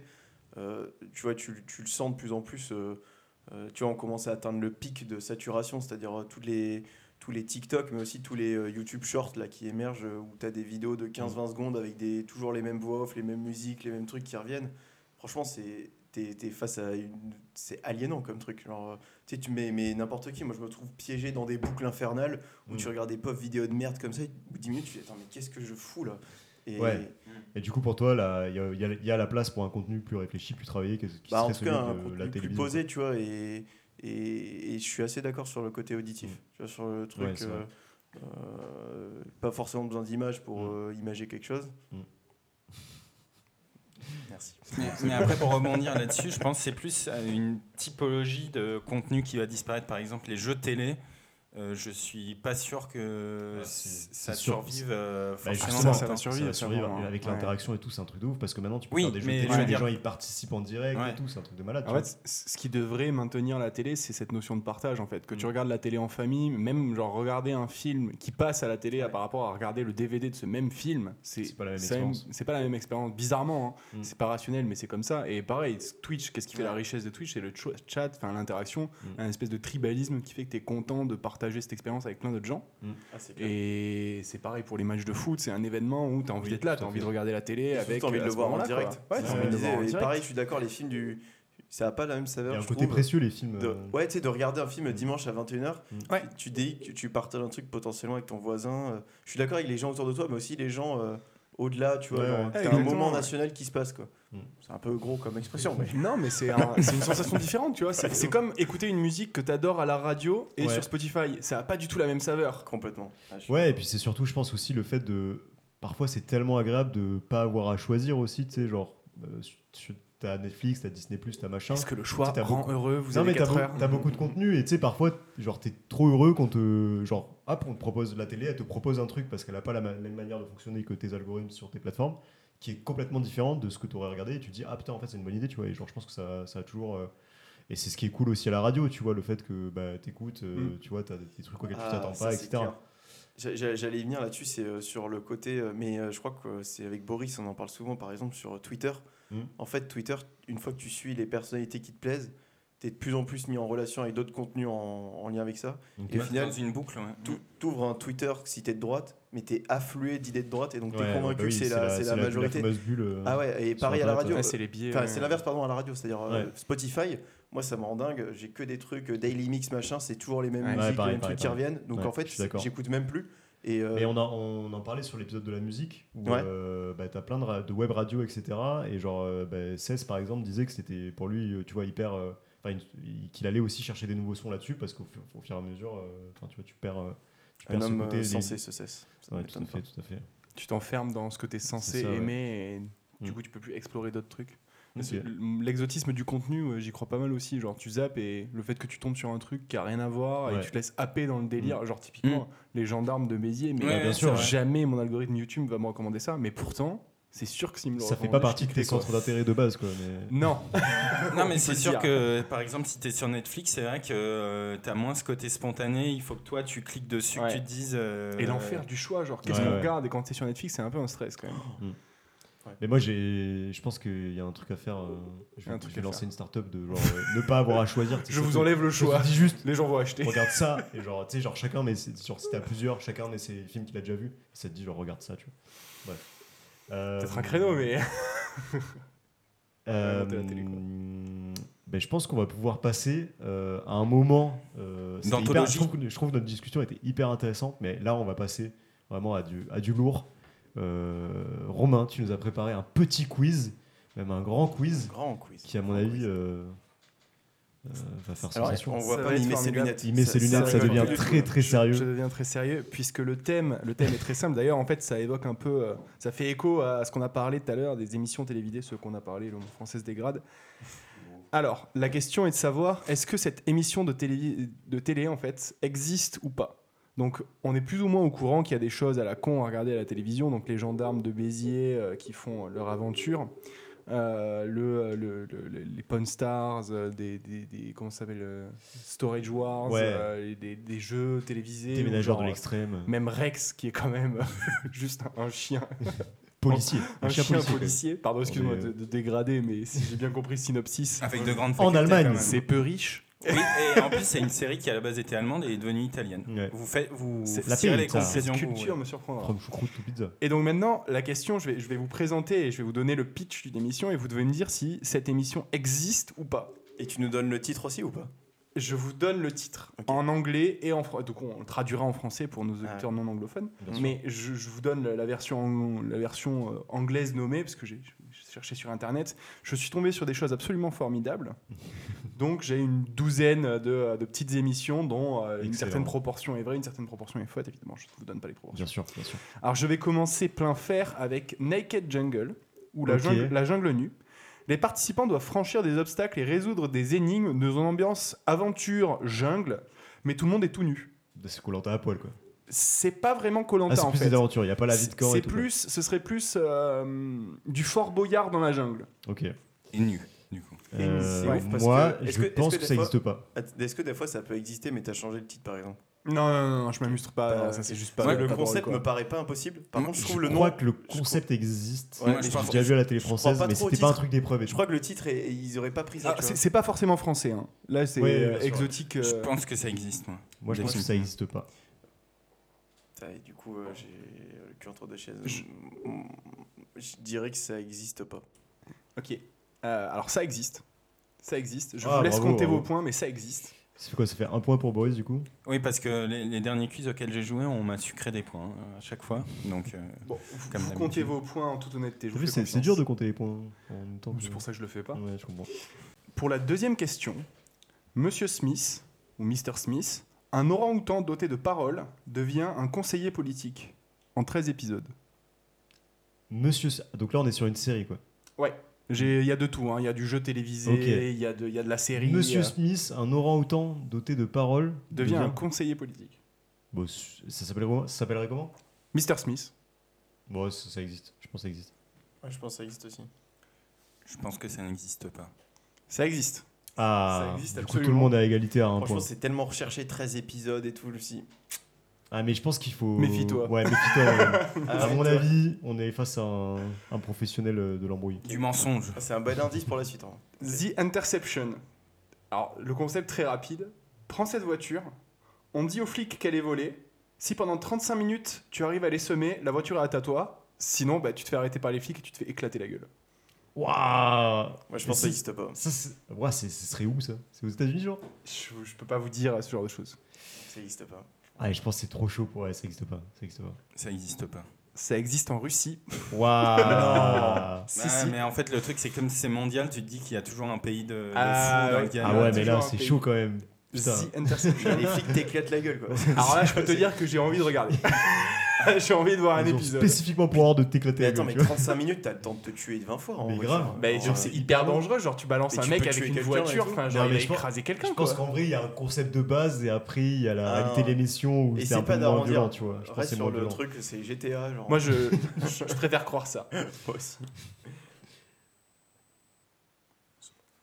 euh, tu vois, tu, tu le sens de plus en plus. euh, euh, tu vois, on commence à atteindre le pic de saturation, c'est-à-dire euh, tous les, tous les TikTok, mais aussi tous les euh, YouTube Shorts là, qui émergent, euh, où tu as des vidéos de 15-20 secondes avec des, toujours les mêmes voix off, les mêmes musiques, les mêmes trucs qui reviennent. Franchement, c'est. T'es t'es face à une. C'est aliénant comme truc. Genre, euh, tu sais, tu mets mais n'importe qui. Moi, je me trouve piégé dans des boucles infernales où
Mm.
tu regardes des pauvres vidéos de merde comme ça. Et au bout de 10 minutes, tu dis Attends, mais qu'est-ce que je fous là Et
Ouais. Et du coup, pour toi, là, il y, a- il y a- il y a la place pour un contenu plus réfléchi, plus travaillé, que, qui
bah, en
serait
tout
celui
cas, un
de
contenu
euh, la
plus
télévision.
posé, tu vois, et, et, et je suis assez d'accord sur le côté auditif,
Mm.
tu vois, sur le truc,
Ouais, c'est vrai.
euh, euh, pas forcément besoin d'image pour
Mm.
euh, imager quelque chose.
Mm.
Merci.
Mais, mais après, pour rebondir là-dessus, je pense que c'est plus à une typologie de contenu qui va disparaître. Par exemple, les jeux télé, euh, je suis pas sûr que
Ouais, c'est-
c- ça
c'est sûr.
survive euh,
Bah,
forcément.
justement,
dans le temps.
Ça va survivre
sûrement,
avec
ouais.
l'interaction et tout, c'est un truc de ouf parce que maintenant tu peux
Oui,
faire des jeux
mais
télé,
je veux
les
dire-
gens ils participent en direct
Ouais.
et tout, c'est un truc de malade.
En
tu
fait, c- ce qui devrait maintenir la télé, c'est cette notion de partage, en fait. Que tu
Mm.
regardes la télé en famille, même genre regarder un film qui passe à la télé à- par rapport à regarder le DVD de ce même film, c'est
C'est pas la même
ça aime-
expérience.
C'est pas la même expérience, bizarrement. hein.
Mm.
C'est pas rationnel, mais c'est comme ça. Et pareil, Twitch, qu'est-ce qui fait la richesse de Twitch C'est le cho- chat, enfin l'interaction,
Mm.
un espèce de tribalisme qui fait que tu es content de partager cette expérience avec plein d'autres gens.
Ah, c'est clair.
Et c'est pareil pour les matchs de foot, c'est un événement où tu as envie
Oui,
d'être là,
tout
tu
à
as envie
fait.
de regarder la télé
Et surtout,
avec
t'as envie de
euh, à
le
ce
voir en
moment-là, quoi.
direct.
Ouais,
C'est
t'as
ce
Je
envie de
me
le
disais,
voir en
et
direct.
pareil, je suis d'accord, les films du. Ça a pas la même
vois. Il
saveur.
y a un
je
côté
trouve.
précieux, les films.
De-
euh,
ouais, tu sais, de regarder un film
Mm.
dimanche à 21h,
Mm.
Ouais.
tu, dis, tu, tu partages un truc potentiellement avec ton voisin. euh, Je suis d'accord avec les gens autour de toi, mais aussi les gens euh, au-delà, tu vois.
Ouais,
genre,
ouais.
t'as un
Exactement,
moment
ouais.
national qui se passe, quoi.
Mm.
C'est un peu gros comme expression, mais.
Non, mais c'est un- c'est une sensation différente, tu vois. C'est c'est comme écouter une musique que t'adores à la radio et
Ouais.
sur Spotify. Ça a pas du tout la même saveur.
Complètement. Ah, je suis-
Ouais, et puis c'est surtout, je pense aussi le fait de. Parfois, c'est tellement agréable de pas avoir à choisir aussi, tu sais, genre, euh, su- su- t'as Netflix, t'as Disney, t'as machin.
Parce que le choix
Tu sais, t'as
rend
beaucoup-
heureux, vous
non,
avez
mais t'as
4
beau-
heures.
t'as beaucoup de contenu et tu sais, parfois, genre, t'es trop heureux quand te. Genre, hop, on te propose la télé, elle te propose un truc parce qu'elle a pas la ma- même manière de fonctionner que tes algorithmes sur tes plateformes, qui est complètement différente de ce que t'aurais regardé et tu te dis, ah putain, en fait, c'est une bonne idée, tu vois. Et genre, je pense que ça, ça a toujours. euh, Et c'est ce qui est cool aussi à la radio, tu vois, le fait que bah, t'écoutes, euh, tu vois, t'as des des trucs auxquels
Mm. Ah,
tu t'attends
ça,
pas,
c'est
etc.
clair. J'a- j'a- J'allais y venir là-dessus, c'est euh, sur le côté, euh, mais euh, je crois que euh, c'est avec Boris, on en parle souvent par exemple sur euh, Twitter.
Mm.
En fait, Twitter, une fois que tu suis les personnalités qui te plaisent, t'es de plus en plus mis en relation avec d'autres contenus en, en lien avec ça.
Donc,
Et au
Dans
final,
une boucle, ouais.
t'ou-
Hmm.
t'ouvres un Twitter si t'es de droite, mais t'es afflué d'idées de droite et donc
Ouais,
t'es convaincu
bah oui,
que c'est la, c'est la majorité.
fameuse bulle. euh,
ah ouais, et
sur
pareil à la
Internet,
radio.
ouais.
euh,
les billets.
Enfin, c'est l'inverse, pardon, à la radio. C'est-à-dire euh,
Ouais.
Spotify, moi, ça me rend dingue. J'ai que des trucs euh, Daily Mix, machin. C'est toujours les mêmes
Ouais,
musiques,
pareil,
les mêmes
pareil,
trucs qui
pareil.
reviennent. Donc,
Ouais,
en
je suis
fait,
d'accord.
j'écoute même plus. Et, euh,
Mais on, a- on en parlait sur l'épisode de la musique, où
Ouais.
euh, bah, t'as plein de, ra- de web radio, etc. Et genre, euh, bah, 16 par exemple disait que c'était pour lui, euh, tu vois, hyper. euh, Enfin, une- qu'il allait aussi chercher des nouveaux sons là-dessus, parce qu'au fu- au fur et à mesure, euh, enfin, tu vois, tu perds. euh, tu
un
perds ce
homme
côté
euh,
des-
sensé se cesse. Ça
Ouais, tout à
m'étonne
fait,
pas.
tout à fait.
Tu t'enfermes dans ce que t'es censé
C'est ça, ouais.
aimer et du
Mm.
coup, tu peux plus explorer d'autres trucs. Mais
Ok.
c'est- L'exotisme du contenu, euh, j'y crois pas mal aussi. Genre, tu zappes et le fait que tu tombes sur un truc qui a rien à voir et
Ouais.
que tu te laisses happer dans le délire. Genre, typiquement, les gendarmes de Béziers, mais
Ouais,
Mm. bien
ouais,
sûr,
c'est vrai.
jamais mon algorithme YouTube va me recommander ça. Mais pourtant, c'est sûr que s'il me le
Ça fait
recommandait,
pas
je
partie de tes
cliquais, quoi.
centres d'intérêt de base, quoi. Mais...
Non,
Non,
On
mais c'est
peut
sûr
dire.
que, par exemple, si tu es sur Netflix, c'est vrai que euh, t'as moins ce côté spontané. Il faut que toi, tu cliques dessus,
Ouais.
que tu te dises. euh,
et l'enfer du choix, genre qu'est-ce
Ouais,
qu'on
ouais.
regarde et quand t'es sur Netflix, c'est un peu un stress quand même.
Mais moi, j'ai, je pense qu'il y a un truc à faire. euh, je vais,
Un truc
je vais
à
lancer une startup de genre euh, ne pas avoir à choisir. tu sais,
Je vous
surtout-
enlève le
je vous
choix.
dis juste,
Les gens vont acheter.
regarde ça et genre tu sais genre chacun mais c'est- genre si t'as plusieurs chacun met ses films qu'il a déjà vu et ça te dit genre regarde ça tu vois bref Euh,
Peut-être un créneau, mais
euh,
inventer la télé, quoi.
ben, je pense qu'on va pouvoir passer euh, à un moment euh, c'était hyper-
D'anthologie.
je, trouve, que- je trouve que notre discussion était hyper intéressante mais là on va passer vraiment à du, à du lourd Euh, Romain tu nous as préparé un petit quiz même un grand quiz
Grand quiz.
qui à mon avis euh, euh, va faire
Alors,
sensation
on voit
Ça va
pas, mais
être
il met ses
formidable.
lunettes.
il met ses lunettes ça
rigole
devient
pas du tout.
très très sérieux
Je, je deviens très sérieux puisque le thème, le thème est très simple. D'ailleurs, en fait, ça évoque un peu, euh, ça fait écho à ce qu'on a parlé tout à l'heure des émissions télévisées, ce qu'on a parlé, le mot français se dégrade. Alors, la question est de savoir est-ce que cette émission de télé, de télé en fait existe ou pas. Donc, on est plus ou moins au courant qu'il y a des choses à la con à regarder à la télévision. Donc, les gendarmes de Béziers euh, qui font leur aventure. euh, le, le- le- le- les Pawn Stars, euh, des, des, des- comment ça s'appelle euh, Storage Wars,
Ouais.
euh, des, des jeux télévisés. ou
Déménageur de
genre,
l'extrême.
Même Rex, qui est quand même juste un, un chien,
Policier.
un chien policier. euh, Pardon,
On
excuse-moi
est-
de, de dégrader, mais si j'ai bien compris le synopsis,
Avec de grandes
En
facultés,
Allemagne,
quand même.
c'est peu riche.
Oui, et en plus, c'est une série qui à la base était allemande et est devenue italienne.
Ouais.
Vous faites, vous
C'est
tirez
la
les
pizza.
Cette
conclusions. que vous
culture
voulez.
me surprendra.
From choucroute to pizza.
Et donc maintenant, la question, je vais, je vais vous présenter et je vais vous donner le pitch d'une émission et vous devez me dire si cette émission existe ou pas.
Et tu nous donnes le titre aussi ou pas
Je vous donne le titre en anglais et en français. Donc on le traduira en français pour nos auditeurs non anglophones.
Ah. Bien sûr.
Mais je, je vous donne la, la version, ang- la version euh, anglaise nommée, parce que j'ai j'ai cherché sur Internet. Je suis tombé sur des choses absolument formidables. Donc j'ai une douzaine de, de petites émissions dont euh, une
Excellent.
certaine proportion est vraie, une certaine proportion est fausse, évidemment. Je ne vous donne pas les proportions.
Bien sûr, bien sûr.
Alors je vais commencer plein fer avec Naked Jungle, ou la,
Ok.
jungle, la jungle nue. Les participants doivent franchir des obstacles et résoudre des énigmes dans une ambiance aventure jungle, mais tout le monde est tout nu.
C'est Colanta à poil quoi.
C'est pas vraiment
Ah,
Colanta
c'est
en
plus
fait.
des aventures, il n'y a pas la vie de corps
C'est
et tout. quoi.
plus, ce serait plus euh, du Fort Boyard dans la jungle.
Ok.
Et nu, du coup.
Euh,
c'est ouf parce
moi,
que- est-ce
je
que- est-ce
pense
que
que,
des
ça
fois-
n'existe pas.
Att- Est-ce que des fois ça peut exister mais t'as changé le titre par exemple
Non, non, non, non, je m'amuse pas.
Bah,
ça, c'est juste pas.
Parce que
pas
Le
drôle,
concept
quoi.
me paraît pas impossible. Par
Moi,
contre, je
Je
trouve le
crois
nom.
que le concept existe.
Ouais,
Moi, je
J'ai
pense-
déjà vu à la télé
crois
française,
pas
mais
trop au
c'était pas un
titre.
truc d'épreuve. et
Je
tout.
crois que le titre, est- ils auraient pas pris ça.
Ah,
tu vois.
c'est c'est pas forcément français. hein. Là, c'est
Ouais,
euh,
bien sûr.
exotique.
Je
euh,
pense que ça existe, moi.
Moi, je pense que ça n'existe pas.
Putain, et du coup, euh, j'ai le cul entre deux chaises.
Je-
Je... dirais que ça existe pas.
Ok. Euh, alors ça existe. Ça existe. Je
Ah,
vous laisse
bravo,
compter
bravo.
vos points, mais ça existe.
Ça fait quoi Ça fait un point pour Boris du coup
Oui, parce que les, les derniers quiz auxquels j'ai joué, on m'a sucré des points hein, à chaque fois. Donc, euh,
Bon, vous,
Comme
vous
d'habitude.
comptez vos points en toute honnêteté. Je
T'as
vous
vu,
fais
C'est c'est
confiance.
dur de compter les points en même temps.
C'est pour ça que je le fais pas.
Ouais, je comprends.
Pour la deuxième question, Monsieur Smith ou Mr Smith, un orang-outan doté de paroles, devient un conseiller politique en 13 épisodes.
Monsieur. Sa- Donc là, on est sur une série quoi.
J'ai- Il y a de tout. hein. Il y a du jeu télévisé, il
Ok.
y, a de- il y a de la série.
Monsieur
euh,
Smith, un orang-outan doté de paroles,
devient un conseiller politique.
Bon, c- Bah, ça s'appellerait comment- ça s'appellerait comment
Mr Smith.
Bon, ça, ça existe. Je pense que ça existe.
je pense que ça existe aussi.
je pense que ça n'existe pas.
Ça existe.
Ah,
Ça existe
du coup, tout le
absolument.
monde est à égalité à un
Franchement,
point.
c'est tellement recherché, 13 épisodes et tout aussi.
Ah, mais je pense qu'il faut.
Méfie-toi.
Ouais, méfie-toi. ouais.
Ah,
à
ouais,
mon
toi.
avis, on est face à un, un professionnel euh, de l'embrouille.
Du mensonge.
Ah, C'est un bon indice pour la suite. hein.
The Interception. Alors, le concept très rapide prends cette voiture, on dit aux flics qu'elle est volée. Si pendant 35 minutes, tu arrives à les semer, la voiture est à toi. Sinon, bah, tu te fais arrêter par les flics et tu te fais éclater la gueule.
Waouh
Moi,
Mais
je pense que ça
si.
n'existe pas.
Ça, c'est- Ouah, c'est- ce serait où ça C'est aux États-Unis, genre
Je, je peux pas vous dire ce genre de choses.
Ça n'existe pas.
Ah, et je pense que c'est trop chaud pour. Ouais, ça existe pas. Ça existe pas.
Ça n'existe pas.
Ça existe en Russie.
Waouh
Si,
Ah,
si.
Mais en fait, le truc, c'est que comme c'est mondial, tu te dis qu'il y a toujours un pays de, de
Ah,
fous dans
ouais.
lequel-
Ah
Alors,
ouais, mais là,
toujours un
c'est
pays.
chaud quand même. Putain.
The Interception.
Les flics t'éclatent la gueule, quoi.
Ah,
Alors là, je peux te dire que j'ai envie de regarder. j'ai envie de voir un
Ils ont
épisode.
spécifiquement pour avoir de t'éclater.
Mais
la
attends,
gueule,
mais
tu vois.
35 minutes, t'as le temps de te tuer de 20 fois. en
Mais
vrai,
grave.
ça.
Bah,
En
genre,
vrai.
c'est hyper dangereux, genre tu balances
Mais
un
tu
mec
peux
avec
tuer
une
quelqu'un et
voiture,
tout.
enfin genre
Non,
il
mais
a
je pense-
écrasé quelqu'un
Je pense
quoi.
qu'en vrai, il y a un concept de base et après, il y a la
Ah,
réalité des missions où
Et
c'est
c'est
un peu
pas
moins violent,
d'arrondir.
tu vois. Je pense que
Reste
c'est
sur
moins
le
violent.
truc, c'est GTA, genre.
Moi je, je, je préfère croire ça.
Moi aussi.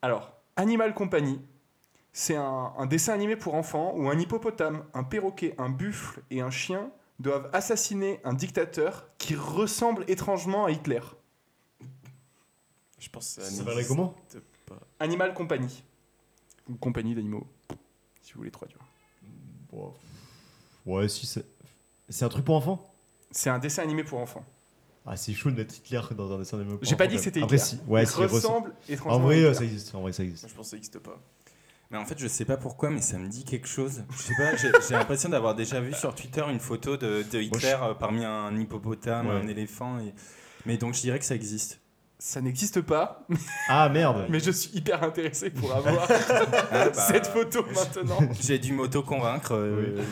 Alors, Animal Company, c'est un, un dessin animé pour enfants où un hippopotame, un perroquet, un buffle et un chien doivent assassiner un dictateur qui ressemble étrangement à Hitler.
Je pense que
Ça
ça
s'appellerait
n'existe
comment
pas.
Animal Company. Ou compagnie d'animaux. Si vous voulez traduire.
Bon, pff, Ouais, si, c'est. C'est un truc pour enfants
C'est un dessin animé pour enfants.
Ah, c'est chaud de mettre Hitler dans un dessin animé. pour
J'ai pas
enfants,
dit que
quand
c'était
même.
Hitler.
Après, si. Ouais,
Il
si, il ressemble.
ressemble étrangement
En
à
vrai,
Hitler.
euh, ça existe. En vrai, ça existe.
Moi, je pense que ça n'existe pas.
Mais en fait, je sais pas pourquoi, mais ça me dit quelque chose. Je sais pas, j'ai j'ai l'impression d'avoir déjà vu sur Twitter une photo de, de Hitler euh, parmi un hippopotame,
Ouais.
un éléphant. et- Mais donc, je dirais que ça existe.
Ça n'existe pas,
Ah merde
mais je suis hyper intéressé pour
Bah,
avoir
Ah, bah,
cette photo maintenant.
J'ai dû m'auto-convaincre. euh,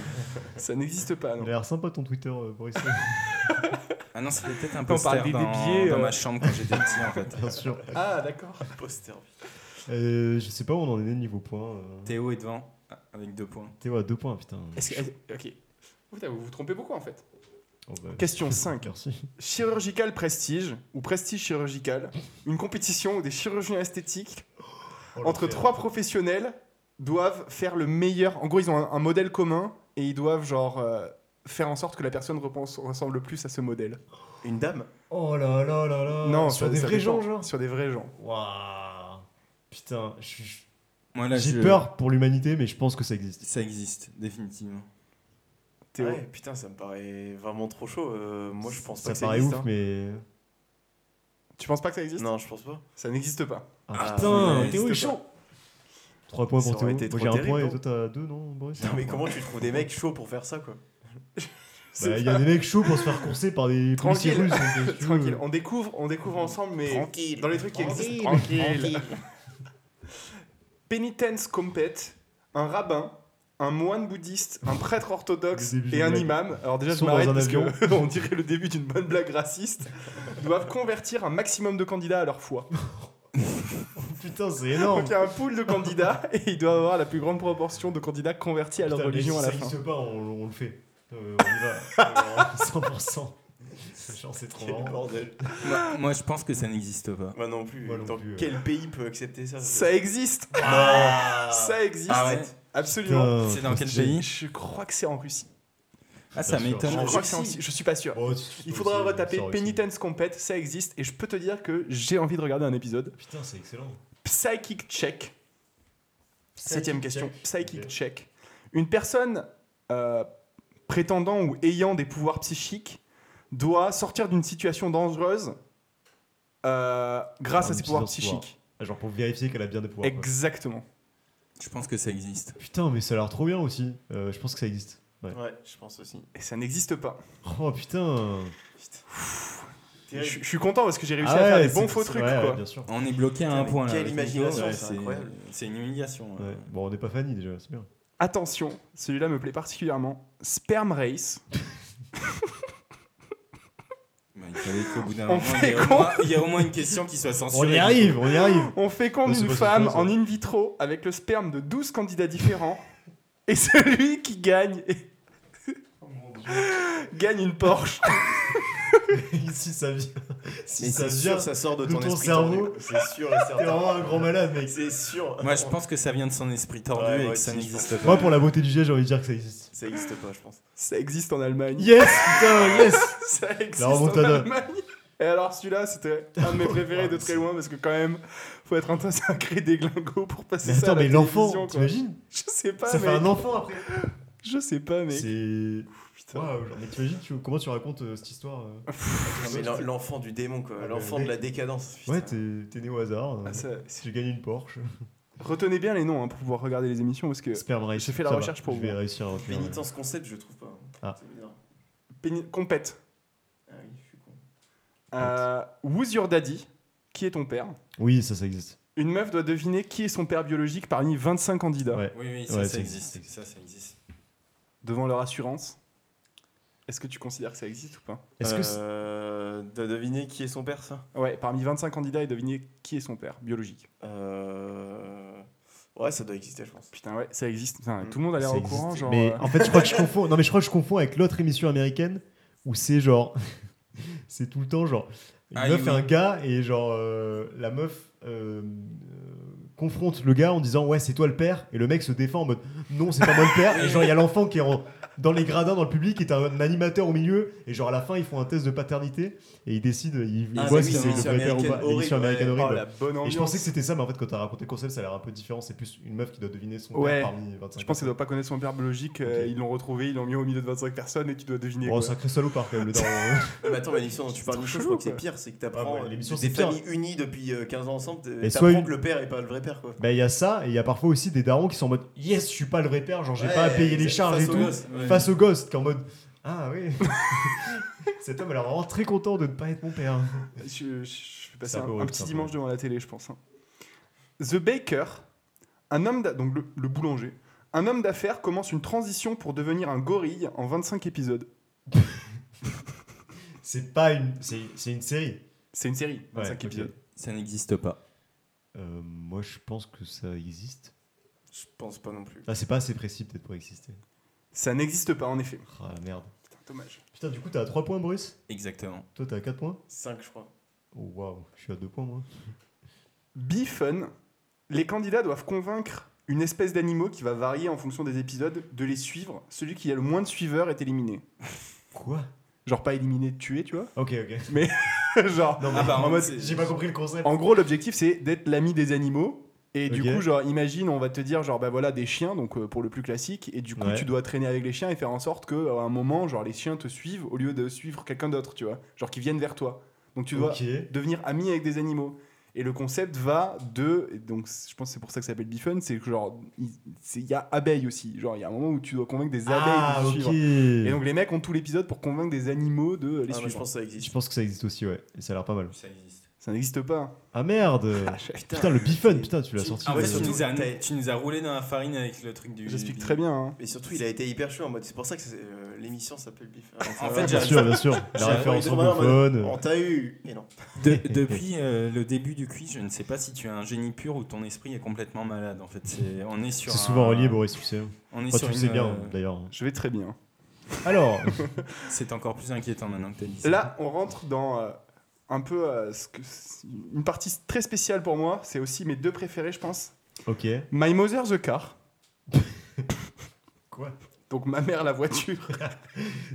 Ça n'existe pas, non.
Il a l'air sympa ton Twitter, euh, Boris.
Ah non, c'était peut-être un
Quand on
poster
parle des
dans,
débiers,
dans
euh,
ma chambre quand j'étais petit, en fait.
Bien sûr.
Ah, d'accord.
Poster.
Euh, je sais pas où on en est niveau points. euh.
Théo est devant, ah, avec deux points.
Théo à deux points, putain.
Est-ce que- Ok. Putain, vous vous trompez beaucoup en fait.
Oh, bah,
Question 5.
Merci.
Chirurgical Prestige ou Prestige Chirurgical, une compétition où des chirurgiens esthétiques
Oh,
entre trois professionnels doivent faire le meilleur. En gros, ils ont un, un modèle commun et ils doivent genre euh, faire en sorte que la personne repense- ressemble le plus à ce modèle.
Une dame
Oh là là là là sur des
ça
vrais
dépend.
gens, genre
Sur des vrais gens.
Waouh Putain, je suis-
Moi, là,
j'ai
je-
peur pour l'humanité, mais je pense que ça existe.
Ça existe, définitivement.
Théo.
Ah Ouais, putain, ça me paraît vraiment trop chaud. Euh, moi, je pense
ça
pas que ça
paraît
existe.
ouf,
hein.
mais.
Tu penses pas que ça existe
Non, je pense pas.
Ça n'existe pas.
Ah
Ah,
putain,
ouais,
Théo est
n'existe
chaud 3 points
Ça
pour Théo.
aurait
Moi
été trop
j'ai un
terrible,
point et
non
toi t'as deux, non Boris Bah,
Non, mais comment tu trouves des mecs chauds pour faire ça, quoi
Il
C'est
y a des mecs chauds pour se faire courser par des policiers russes.
Tranquille.
donc, si tu veux.
Tranquille, on découvre, on découvre ensemble, mais dans les trucs qui existent. Tranquille. Penitence compète, un rabbin, un moine bouddhiste, un prêtre orthodoxe
Le début
et un
d'une
imam. Alors déjà, je
Sont dans
m'arrête
un
parce
avion.
que on dirait le début d'une bonne blague raciste. doivent convertir un maximum de candidats à leur foi.
Putain, c'est énorme
Donc il y a un pool de candidats et ils doivent avoir la plus grande proportion de candidats convertis à leur
Putain, mais
religion
si
à la
ça
fin.
existe pas, on, on le fait. Euh, on y va. 100%. Genre, c'est trop marrant.
bordel.
Moi, moi, je pense que ça n'existe pas.
Moi non plus.
Moi non
Dans
plus, euh.
quel pays peut accepter ça
Ça existe,
Ah,
ça existe,
Ah ouais
absolument.
Putain,
C'est dans quel
c'est-
pays
Je crois que c'est en Russie.
Ah, ça
Bien sûr.
m'étonne.
Je
En
crois que c'est en
Russie
Russie, je suis pas sûr.
Oh, tu- tu
Il
peux
faudra
aussi,
retaper
ça aussi.
Penitence Compete, ça existe, et je peux te dire que j'ai envie de regarder un épisode.
Putain, c'est excellent.
Psychic Check,
Psychic
septième question,
check.
Psychic
Ok.
Check. Une personne euh, prétendant ou ayant des pouvoirs psychiques doit sortir d'une situation dangereuse euh, grâce
En
à ses pouvoirs
utilisant ce
psychiques.
Ah, Genre pour vérifier qu'elle a bien des pouvoirs. quoi.
Exactement.
Je pense que ça existe.
Putain, mais ça a l'air trop bien aussi. Euh, je pense que ça existe. Ouais.
Ouais, je pense aussi.
Et ça n'existe pas.
Oh putain.
Je
Terrible.
je suis content parce que j'ai réussi
Ah
à faire
ouais,
des bons
c'est-
faux
c'est-
trucs.
ouais,
quoi.
bien sûr.
On est bloqué à
Putain,
un
mais
point. là,
quelle
avec Nico,
imagination,
ouais,
c'est incroyable.
C'est une humiliation. hein.
Ouais.
ouais.
Bon, on n'est pas Fanny déjà, c'est bien.
Attention, celui-là me plaît particulièrement. Sperm Race.
Bah, il fallait qu'au bout d'un
On
moment, il y,
fait
a au
quoi
moins, il y a au moins une question qui soit
On
censurée.
y arrive, on y arrive.
On féconde
Ouais, c'est
une
pas
femme
surprenant,
en
ça.
in vitro avec le sperme de 12 candidats différents et celui qui gagne Oh gagne une Porsche.
si ça vient, si
Mais
ça
c'est sûr,
vient,
ça sort de
de
ton,
ton
esprit
cerveau.
tordu. C'est sûr et
t'es
certain.
vraiment un grand malade, mec.
C'est sûr.
Moi, je pense que ça vient de son esprit tordu
Ouais,
et
moi
que ça
aussi, je
n'existe
Moi,
pas.
pour la beauté du jet, j'ai envie de dire que ça existe.
Ça
Ah,
existe pas, je pense.
Ça existe en Allemagne.
Yes, putain, yes.
Ça existe
La
en
remontada.
Allemagne. Et alors celui-là, c'était un de mes préférés de très loin parce que quand même, faut être un sacré déglingo pour passer
Mais
ça. à
attends,
la
mais l'enfant,
télévision, quoi.
t'imagines
Je sais pas,
Ça
mec.
fait un enfant après.
Je sais pas, mec.
C'est.
Putain. Ah,
Waouh, genre, mais t'imagines tu- comment tu racontes euh, cette histoire euh
Non, mais l'en- L'enfant du démon, quoi.
Ah,
L'enfant
mais-
de la décadence. putain.
Ouais, t'es t'es né au hasard. euh,
Ah, ça, c'est-
J'ai gagné une Porsche.
Retenez bien les noms hein, pour pouvoir regarder les émissions parce que
Sperm Race.
j'ai fait Euh, la
ça va,
recherche pour
Je vais
vous.
réussir à retenir. euh,
Pénitence concept, je trouve pas.
Ah.
C'est bizarre.
Péni- Compète.
Ah oui, je suis con.
Euh, Who's your daddy Qui est ton père
Oui, ça, ça existe.
Une meuf doit deviner qui est son père biologique parmi 25 candidats
Ouais.
Oui, oui, ça,
Ouais,
ça
c'est-
existe. Ça, ça existe.
devant leur assurance. Est-ce que tu considères que ça existe ou pas
Est-ce que. c'est-
Euh, T'as deviné qui est son père, ça
Ouais, parmi 25 candidats et deviner qui est son père biologique.
Euh, Ouais, ça doit exister, je pense.
Putain, ouais, ça existe. Putain,
Mm.
Tout le monde a l'air
ça
au
existe.
courant. Genre,
mais
euh,
en fait, je crois que je confonds. Non, mais je crois que je confonds avec l'autre émission américaine où c'est genre. c'est tout le temps genre. Une
Ah,
meuf
oui,
et
oui.
un gars, et genre. euh, la meuf. euh, euh, confronte le gars en disant ouais c'est toi le père et le mec se défend en mode non c'est pas moi le père et genre il y a l'enfant qui est en- dans les gradins dans le public et t'as un animateur au milieu et genre à la fin ils font un test de paternité et ils décident ils, ils
Ah,
voient
mais
si
oui,
c'est le vrai père
l'émission
ou pas
américaine
l'émission
horrible,
américaine
ouais.
horrible
oh, la bonne
Et
ambiance.
je pensais que c'était ça, mais en fait, quand t'as raconté le concept, ça a l'air un peu différent. C'est plus une meuf qui doit deviner son
Ouais.
père parmi 25
Je pense qu'elle doit pas connaître son père biologique. euh,
Ok.
Ils l'ont retrouvé, ils l'ont mis au milieu de 25 personnes et tu dois deviner.
Bon,
quoi.
c'est un sacré salopard quand même, le daron. hein.
Ah, mais attends, mais l'émission dont tu parles,
trop
Michel, je
chelou,
crois que c'est
quoi.
pire, c'est que
Ah
t'apprends
ouais,
euh,
l'émission,
des
c'est pire.
familles unies depuis euh, 15 ans ensemble,
Et
t'es-
soit
t'apprends
une-
que le père est pas le vrai père, quoi.
Bah, il y a ça, et il y a parfois aussi des darons qui sont en mode Yes, je suis pas le vrai père, genre j'ai pas à payer les charges et tout. Face au gosse, qui est en mode Ah oui. Cet homme a l'air vraiment très content de ne pas être mon père.
Je, je- je vais passer
C'est un
un,
peu
un
horrible, c'est
petit
un peu
dimanche
horrible.
devant la télé, je pense. hein. The Baker, un homme d'a- donc le, le boulanger, un homme d'affaires commence une transition pour devenir un gorille en 25 épisodes.
C'est pas une. C'est c'est une série.
C'est une série, 25
ok.
épisodes.
Ça n'existe pas.
Euh, moi, je pense que ça existe.
Je pense pas non plus.
Ah, c'est pas assez précis peut-être pour exister.
Ça n'existe pas en effet.
Ah merde.
Putain, dommage.
Putain, du coup, t'as 3 points, Bruce
Exactement.
Toi, t'as 4 points
5, je crois. Ah,
Oh waouh, je suis à 2 points moi.
Be fun. Les candidats doivent convaincre une espèce d'animaux qui va varier en fonction des épisodes de les suivre. Celui qui a le moins de suiveurs est éliminé.
Quoi
Genre pas éliminé, tué, tu vois.
Ok, ok.
Genre
Non, mais-
Ah bah,
en
en
mode
fait,
J'ai pas compris le concept.
En gros, l'objectif, c'est d'être l'ami des animaux. Et du
Ok.
coup, genre, imagine, on va te dire, genre, bah voilà, des chiens, donc euh, pour le plus classique, et du coup,
Ouais.
tu dois traîner avec les chiens et faire en sorte que, à un moment, genre, les chiens te suivent au lieu de suivre quelqu'un d'autre, tu vois, genre qui viennent vers toi. Donc, tu dois
Ok.
devenir ami avec des animaux. Et le concept va de, et donc, c- je pense que c'est pour ça que ça s'appelle Bifun, c'est que genre, il c'est- il y a abeilles aussi, genre, il y a un moment où tu dois convaincre des abeilles
Ah,
de te
ok.
suivre. Et donc, les mecs ont tout l'épisode pour convaincre des animaux de les
Ah, mais
suivre.
je pense que ça existe.
je pense que ça existe aussi, ouais. Et ça a l'air pas mal.
Ça existe.
Ça n'existe pas.
Ah merde
Ah, je-
Putain, le bifun, putain, tu l'as
tu-
sorti.
En
Ouais,
fait,
euh,
tu
surtout,
nous, as,
t'as-
tu nous as roulé dans la farine avec le truc du.
J'explique
du-
très bien. hein.
Et surtout, il a été hyper chaud en mode. C'est pour ça que c'est, euh, l'émission s'appelle Ah, Biff.
En fait,
Bien
j'ai-
sûr, bien sûr. La
J'ai-
référence
Ouais, vraiment,
anglophone.
On t'a eu Et non.
De- depuis euh, le début du quiz, je ne sais pas si tu as un génie pur ou ton esprit est complètement malade. En fait, c'est on est sur.
C'est
un-
souvent relié, Boris, tu sais.
On est
Enfin, tu
sur
le
une,
sais bien,
euh,
d'ailleurs.
Je vais très bien.
Alors,
C'est encore plus inquiétant maintenant que tu as dit ça.
Là, on rentre dans euh, un peu euh, ce que- une partie très spéciale pour moi. C'est aussi mes deux préférés, je pense.
ok.
My Mother the Car.
Quoi
Donc ma mère la voiture.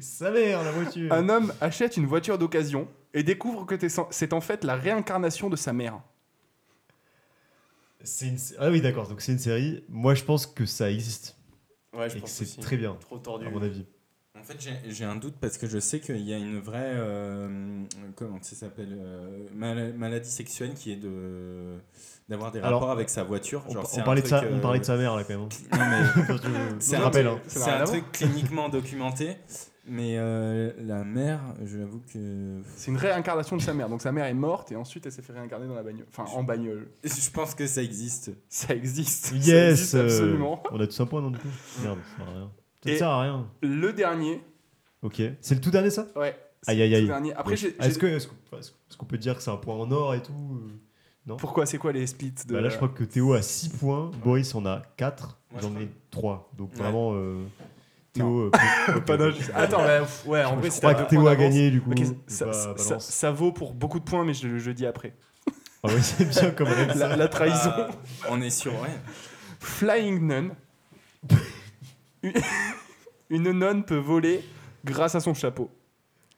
Sa mère, la voiture
un homme achète une voiture d'occasion et découvre que t'es- c'est en fait la réincarnation de sa mère.
C'est une... Ah oui, d'accord, donc c'est une série. Moi, je pense que ça existe.
Ouais, je
Et que
pense
c'est
aussi.
très Ah, bien,
Trop tordu.
à mon avis.
En fait, j'ai- j'ai un doute parce que je sais qu'il y a une vraie euh, comment ça s'appelle euh, mal- maladie sexuelle qui est de d'avoir des
Alors,
rapports avec sa voiture.
On,
Genre,
par-
c'est
on
un
parlait de
truc,
sa... on
euh,
parlait de sa mère, là, quand même.
Non mais
C'est
non,
un rappel,
mais
hein.
Ça n'a
C'est
rien à
un truc cliniquement documenté, mais euh, la mère, je l'avoue que
C'est une réincarnation de sa mère. Donc sa mère est morte et ensuite elle s'est fait réincarner dans la bagnole. Enfin, en bagnole.
je pense que ça existe.
Ça existe. Ça
Yes
existe
euh,
Absolument.
On a tous un point, non, du coup Merde, ça sert à rien. Ça
Et-
sert à rien.
Le dernier.
Ok. C'est le tout dernier, ça
Ouais. c'est
Aïe, aïe,
le
aïe.
dernier. Après,
Ouais.
j'ai-
Ah, est-ce
j'ai-
que- est-ce qu'on est-ce qu'on- est-ce qu'on peut dire que c'est un point en or et tout euh
Pourquoi C'est quoi les splits de...
Bah là, je crois que Théo a 6 points, Boris en a 4,
Moi,
j'en
je
ai 3. Donc
Ouais.
vraiment, euh, Théo. euh, peut-
Pas
ok,
d'un-
ok.
Attends, bah, ouais, en
Je-
vrai,
je
si
crois
t'as
que
deux
Théo
points
a
d'avance-
gagné du coup.
Ok,
je peux
ça,
pas
ça-
balance.
ça vaut pour beaucoup de points, mais je, je dis après.
Ah ouais, c'est bien comme règle, ça.
La, la trahison.
Bah,
Ah, on est sur ouais.
Flying Nun. Une- Une nonne peut voler grâce à son chapeau.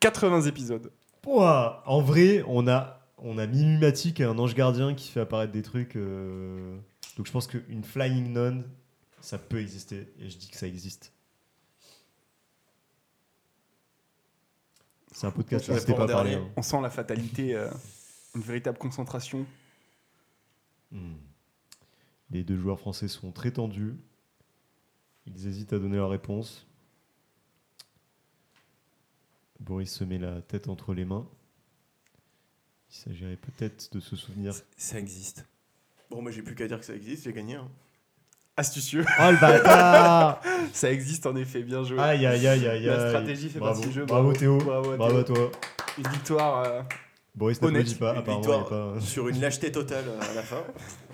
80 épisodes.
Pouah en vrai, on a, on a Mimumatic et un ange gardien qui fait apparaître des trucs. euh, Donc je pense qu'une Flying Nun, ça peut exister. Et je dis que ça existe. C'est un podcast,
Je
on s'était
réponds
pas
en
parlé.
dernier. On sent la fatalité, euh, une véritable concentration.
hein. Hmm. Les deux joueurs français sont très tendus. Ils hésitent à donner leur réponse. Boris se met la tête entre les mains. Il s'agirait peut-être de se souvenir
Ça existe.
Bon, moi j'ai plus qu'à dire que ça existe, j'ai gagné. hein.
Astucieux,
Oh le bâtard
ça existe en effet, bien joué.
Aïe aïe aïe aïe
La
aïe.
stratégie fait
bravo.
partie du jeu,
Bravo,
bravo.
Théo.
Bravo à
Bravo à
Théo.
toi.
Une victoire. euh,
Boris ne
Honnête,
dit pas,
une
apparemment. il est
victoire.
Pas,
Sur une lâcheté totale euh, à la fin.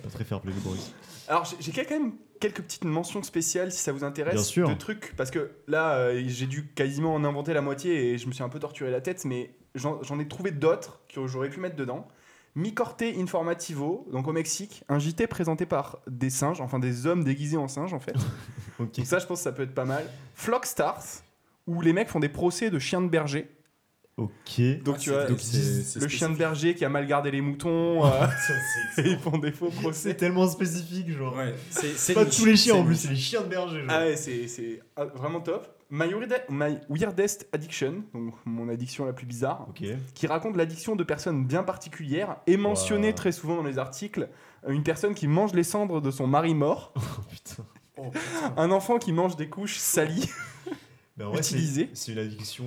pas très fair play de Boris.
Alors j'ai- j'ai quand même quelques petites mentions spéciales si ça vous intéresse
Bien sûr.
de trucs parce que là euh, j'ai dû quasiment en inventer la moitié et je me suis un peu torturé la tête mais j'en j'en ai trouvé d'autres que j'aurais pu mettre dedans. Micorte Informativo, donc au Mexique, un JT présenté par des singes, enfin des hommes déguisés en singes en fait.
Ok.
Donc ça je pense que ça peut être pas mal. Flock Stars, où les mecs font des procès de chiens de berger.
Ok.
Donc
Ah,
tu
c'est-
vois,
donc,
ils
c'est-
disent
c'est
le chien de berger qui a mal gardé les moutons, euh, et ils font des faux procès.
C'est tellement spécifique, genre.
Ouais, c'est
C'est
c'est
pas
niche,
tous les chiens
c'est
en plus,
niche.
c'est les chiens de berger. Genre.
Ah ouais, c'est- c'est ah, vraiment top. My, Weirde- My Weirdest Addiction, donc mon addiction la plus bizarre,
Ok.
qui raconte l'addiction de personnes bien particulières et mentionnée
Wow.
très souvent dans les articles. Euh, Une personne qui mange les cendres de son mari mort,
Oh, putain.
un enfant qui mange des couches salies.
Mais Bah, en vrai, c'est-
Utilisé.
C'est une addiction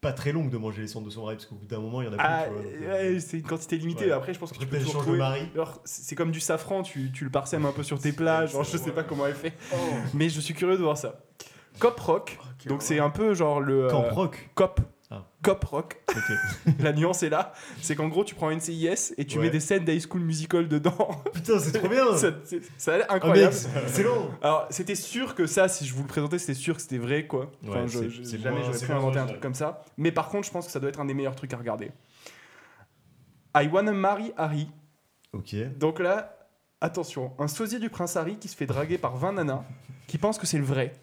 pas très longue de manger les cendres de son mari, parce qu'au bout d'un moment, il y en a plus.
Ah,
tu vois, donc, euh,
ouais, c'est une quantité limitée,
Ouais.
après je pense que tu
Après,
peux
elle
toujours
change de
trouver.
mari.
Alors, c'est c'est comme du safran, tu, tu le parsèmes un peu sur tes plages, genre, je sais pas comment elle fait.
Oh,
Mais je suis curieux de voir ça. Cop Rock, donc c'est un peu genre le... euh,
Camp Rock.
Cop.
Ah.
Cop Rock.
Ok.
La nuance est là, c'est qu'en gros tu prends une CIS et tu
Ouais.
mets des scènes d'High School Musical dedans.
Oh, Putain, c'est trop bien.
ça, c'est- ça a l'air
Ah, mec,
incroyable.
c'est excellent.
Alors c'était sûr que ça, si je vous le présentais, c'était sûr que c'était vrai quoi. Enfin,
Ouais,
je-
c'est-
je-
c'est
jamais
moins-
j'aurais
c'est
pu
moins
inventer un
original.
truc comme ça. Mais par contre, je pense que ça doit être un des meilleurs trucs à regarder. I Wanna Marry Harry.
Ok.
Donc là, attention, un sosie du prince Harry qui se fait draguer par 20 nanas qui pensent que c'est le vrai.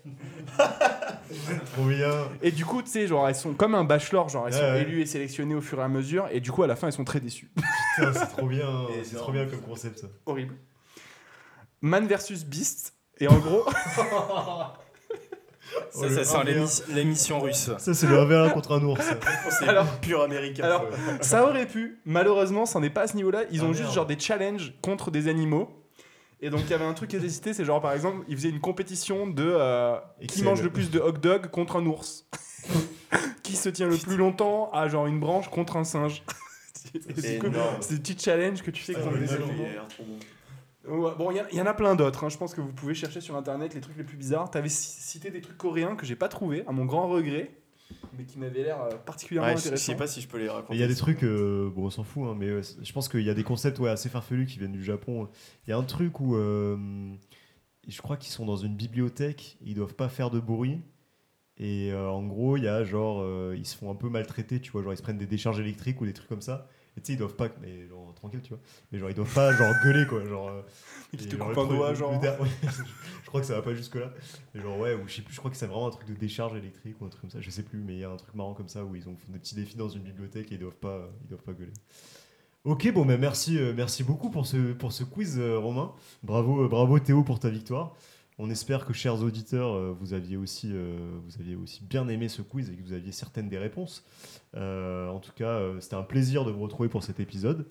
Trop bien.
Et du coup, tu sais, genre elles sont comme un bachelor, genre elles
Ouais,
sont
ouais.
élues et sélectionnées au fur et à mesure. Et du coup, à la fin, elles sont très déçues.
Putain, c'est trop bien.
Et
C'est
non.
trop bien comme concept. ça.
horrible. Man versus Beast. Et en gros,
Oh,
Ça,
le
ça sent
1v1.
l'émi- l'émission russe.
Ça, c'est le 1v1 contre un ours.
C'est
Alors-
pur américain.
alors
quoi.
ça aurait pu. Malheureusement, ça n'est pas à ce niveau-là. Ils
Ah,
ont
merde.
juste genre des challenges contre des animaux. Et donc il y avait un truc qui était cité, c'est genre par exemple, ils faisaient une compétition de euh, qui
Excel.
mange le plus de hot dog contre un ours. qui se tient le plus longtemps à genre une branche contre un singe. Et du coup,
Énorme.
c'est des petits challenges que tu sais que
Ah,
t'en
ouais,
fais
Il
c'est
souvent.
a l'air trop bon.
Ouais, Bon, il y en- il y, en a plein d'autres. hein. Je pense que vous pouvez chercher sur internet les trucs les plus bizarres. T'avais ci- cité des trucs coréens que j'ai pas trouvé, à mon grand regret, mais qui m'avaient l'air euh, particulièrement
Ouais, je- je
intéressants.
sais pas si je peux les raconter.
Il y a des trucs, euh, bon, on s'en fout, hein, mais euh, c- je pense qu'il y a des concepts ouais, assez farfelus qui viennent du Japon. Il y a un truc où euh, je crois qu'ils sont dans une bibliothèque, ils doivent pas faire de bruit. Et euh, en gros, il y a genre, euh, ils se font un peu maltraiter, tu vois, genre ils se prennent des décharges électriques ou des trucs comme ça. Et tu sais, ils doivent pas, mais genre tranquille, tu vois, mais genre ils doivent pas genre gueuler quoi, genre. euh,
Et qui
et
te
genre,
coupent
le
un
pre-
doigt,
le-
genre.
le der- ouais, je crois que ça va pas jusque là. Mais genre ouais, ou je sais plus, je crois que c'est vraiment un truc de décharge électrique ou un truc comme ça, je sais plus, mais il y a un truc marrant comme ça où ils ont font des petits défis dans une bibliothèque et ils doivent pas, ils doivent pas gueuler. Ok, bon, bah merci, euh, merci beaucoup pour ce, pour ce quiz, euh, Romain. Bravo, euh, bravo Théo pour ta victoire. On espère que, chers auditeurs, euh, vous aviez, aussi, euh, vous aviez aussi bien aimé ce quiz et que vous aviez certaines des réponses. Euh, en tout cas, euh, c'était un plaisir de vous retrouver pour cet épisode.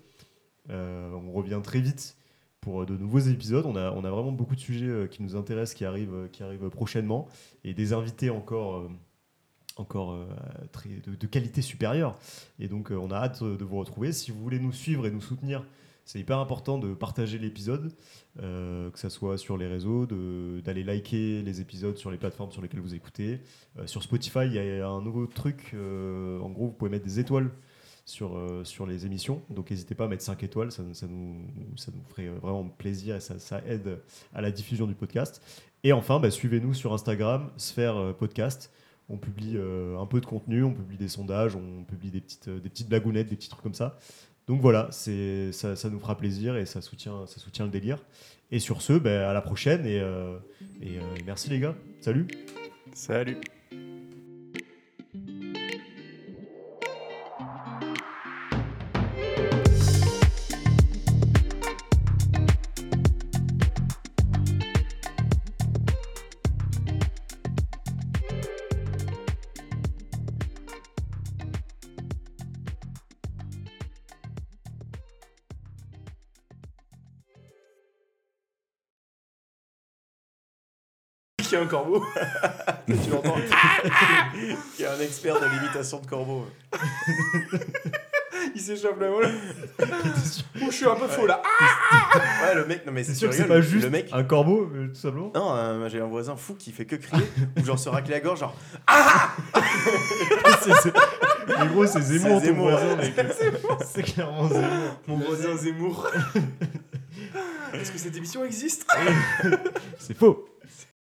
Euh, on revient très vite pour euh, de nouveaux épisodes. On a, on a vraiment beaucoup de sujets euh, qui nous intéressent, qui arrivent, euh, qui arrivent prochainement, et des invités encore, euh, encore euh, très, de, de qualité supérieure. Et donc, euh, on a hâte euh, de vous retrouver. Si vous voulez nous suivre et nous soutenir, c'est hyper important de partager l'épisode, euh, que ce soit sur les réseaux, de- d'aller liker les épisodes sur les plateformes sur lesquelles vous écoutez. Euh, sur Spotify, il y a un nouveau truc. euh, en gros, vous pouvez mettre des étoiles sur, euh, sur les émissions. Donc n'hésitez pas à mettre 5 étoiles, ça, ça nous, ça nous ferait euh, vraiment plaisir et ça, ça aide à la diffusion du podcast. Et enfin, bah, suivez-nous sur Instagram, Sphère euh, Podcast. On publie euh, un peu de contenu, on publie des sondages, on publie des petites, euh, des petites blagounettes, des petits trucs comme ça. Donc voilà, c'est- ça, ça nous fera plaisir et ça soutient, ça soutient le délire. Et sur ce, bah, à la prochaine et, euh, et, euh, et merci les gars. Salut
Salut.
qui est un corbeau. tu l'entends Qui est un expert de l'imitation de corbeau.
Il s'échappe la main. Oh, je suis un peu faux là. Ah
Ouais, le mec, non mais
C'est
c'est
sûr que c'est
rigole,
pas juste
Le mec,
un corbeau, euh, tout simplement.
non, euh, j'ai un voisin fou qui fait que crier, ou genre se racle la gorge, genre.
C'est- c'est- Mais gros, c'est Zemmour,
C'est
ton
Zemmour.
voisin, mec. C'est clairement Zemmour.
Mon voisin Zemmour. Est-ce que cette émission existe
C'est faux.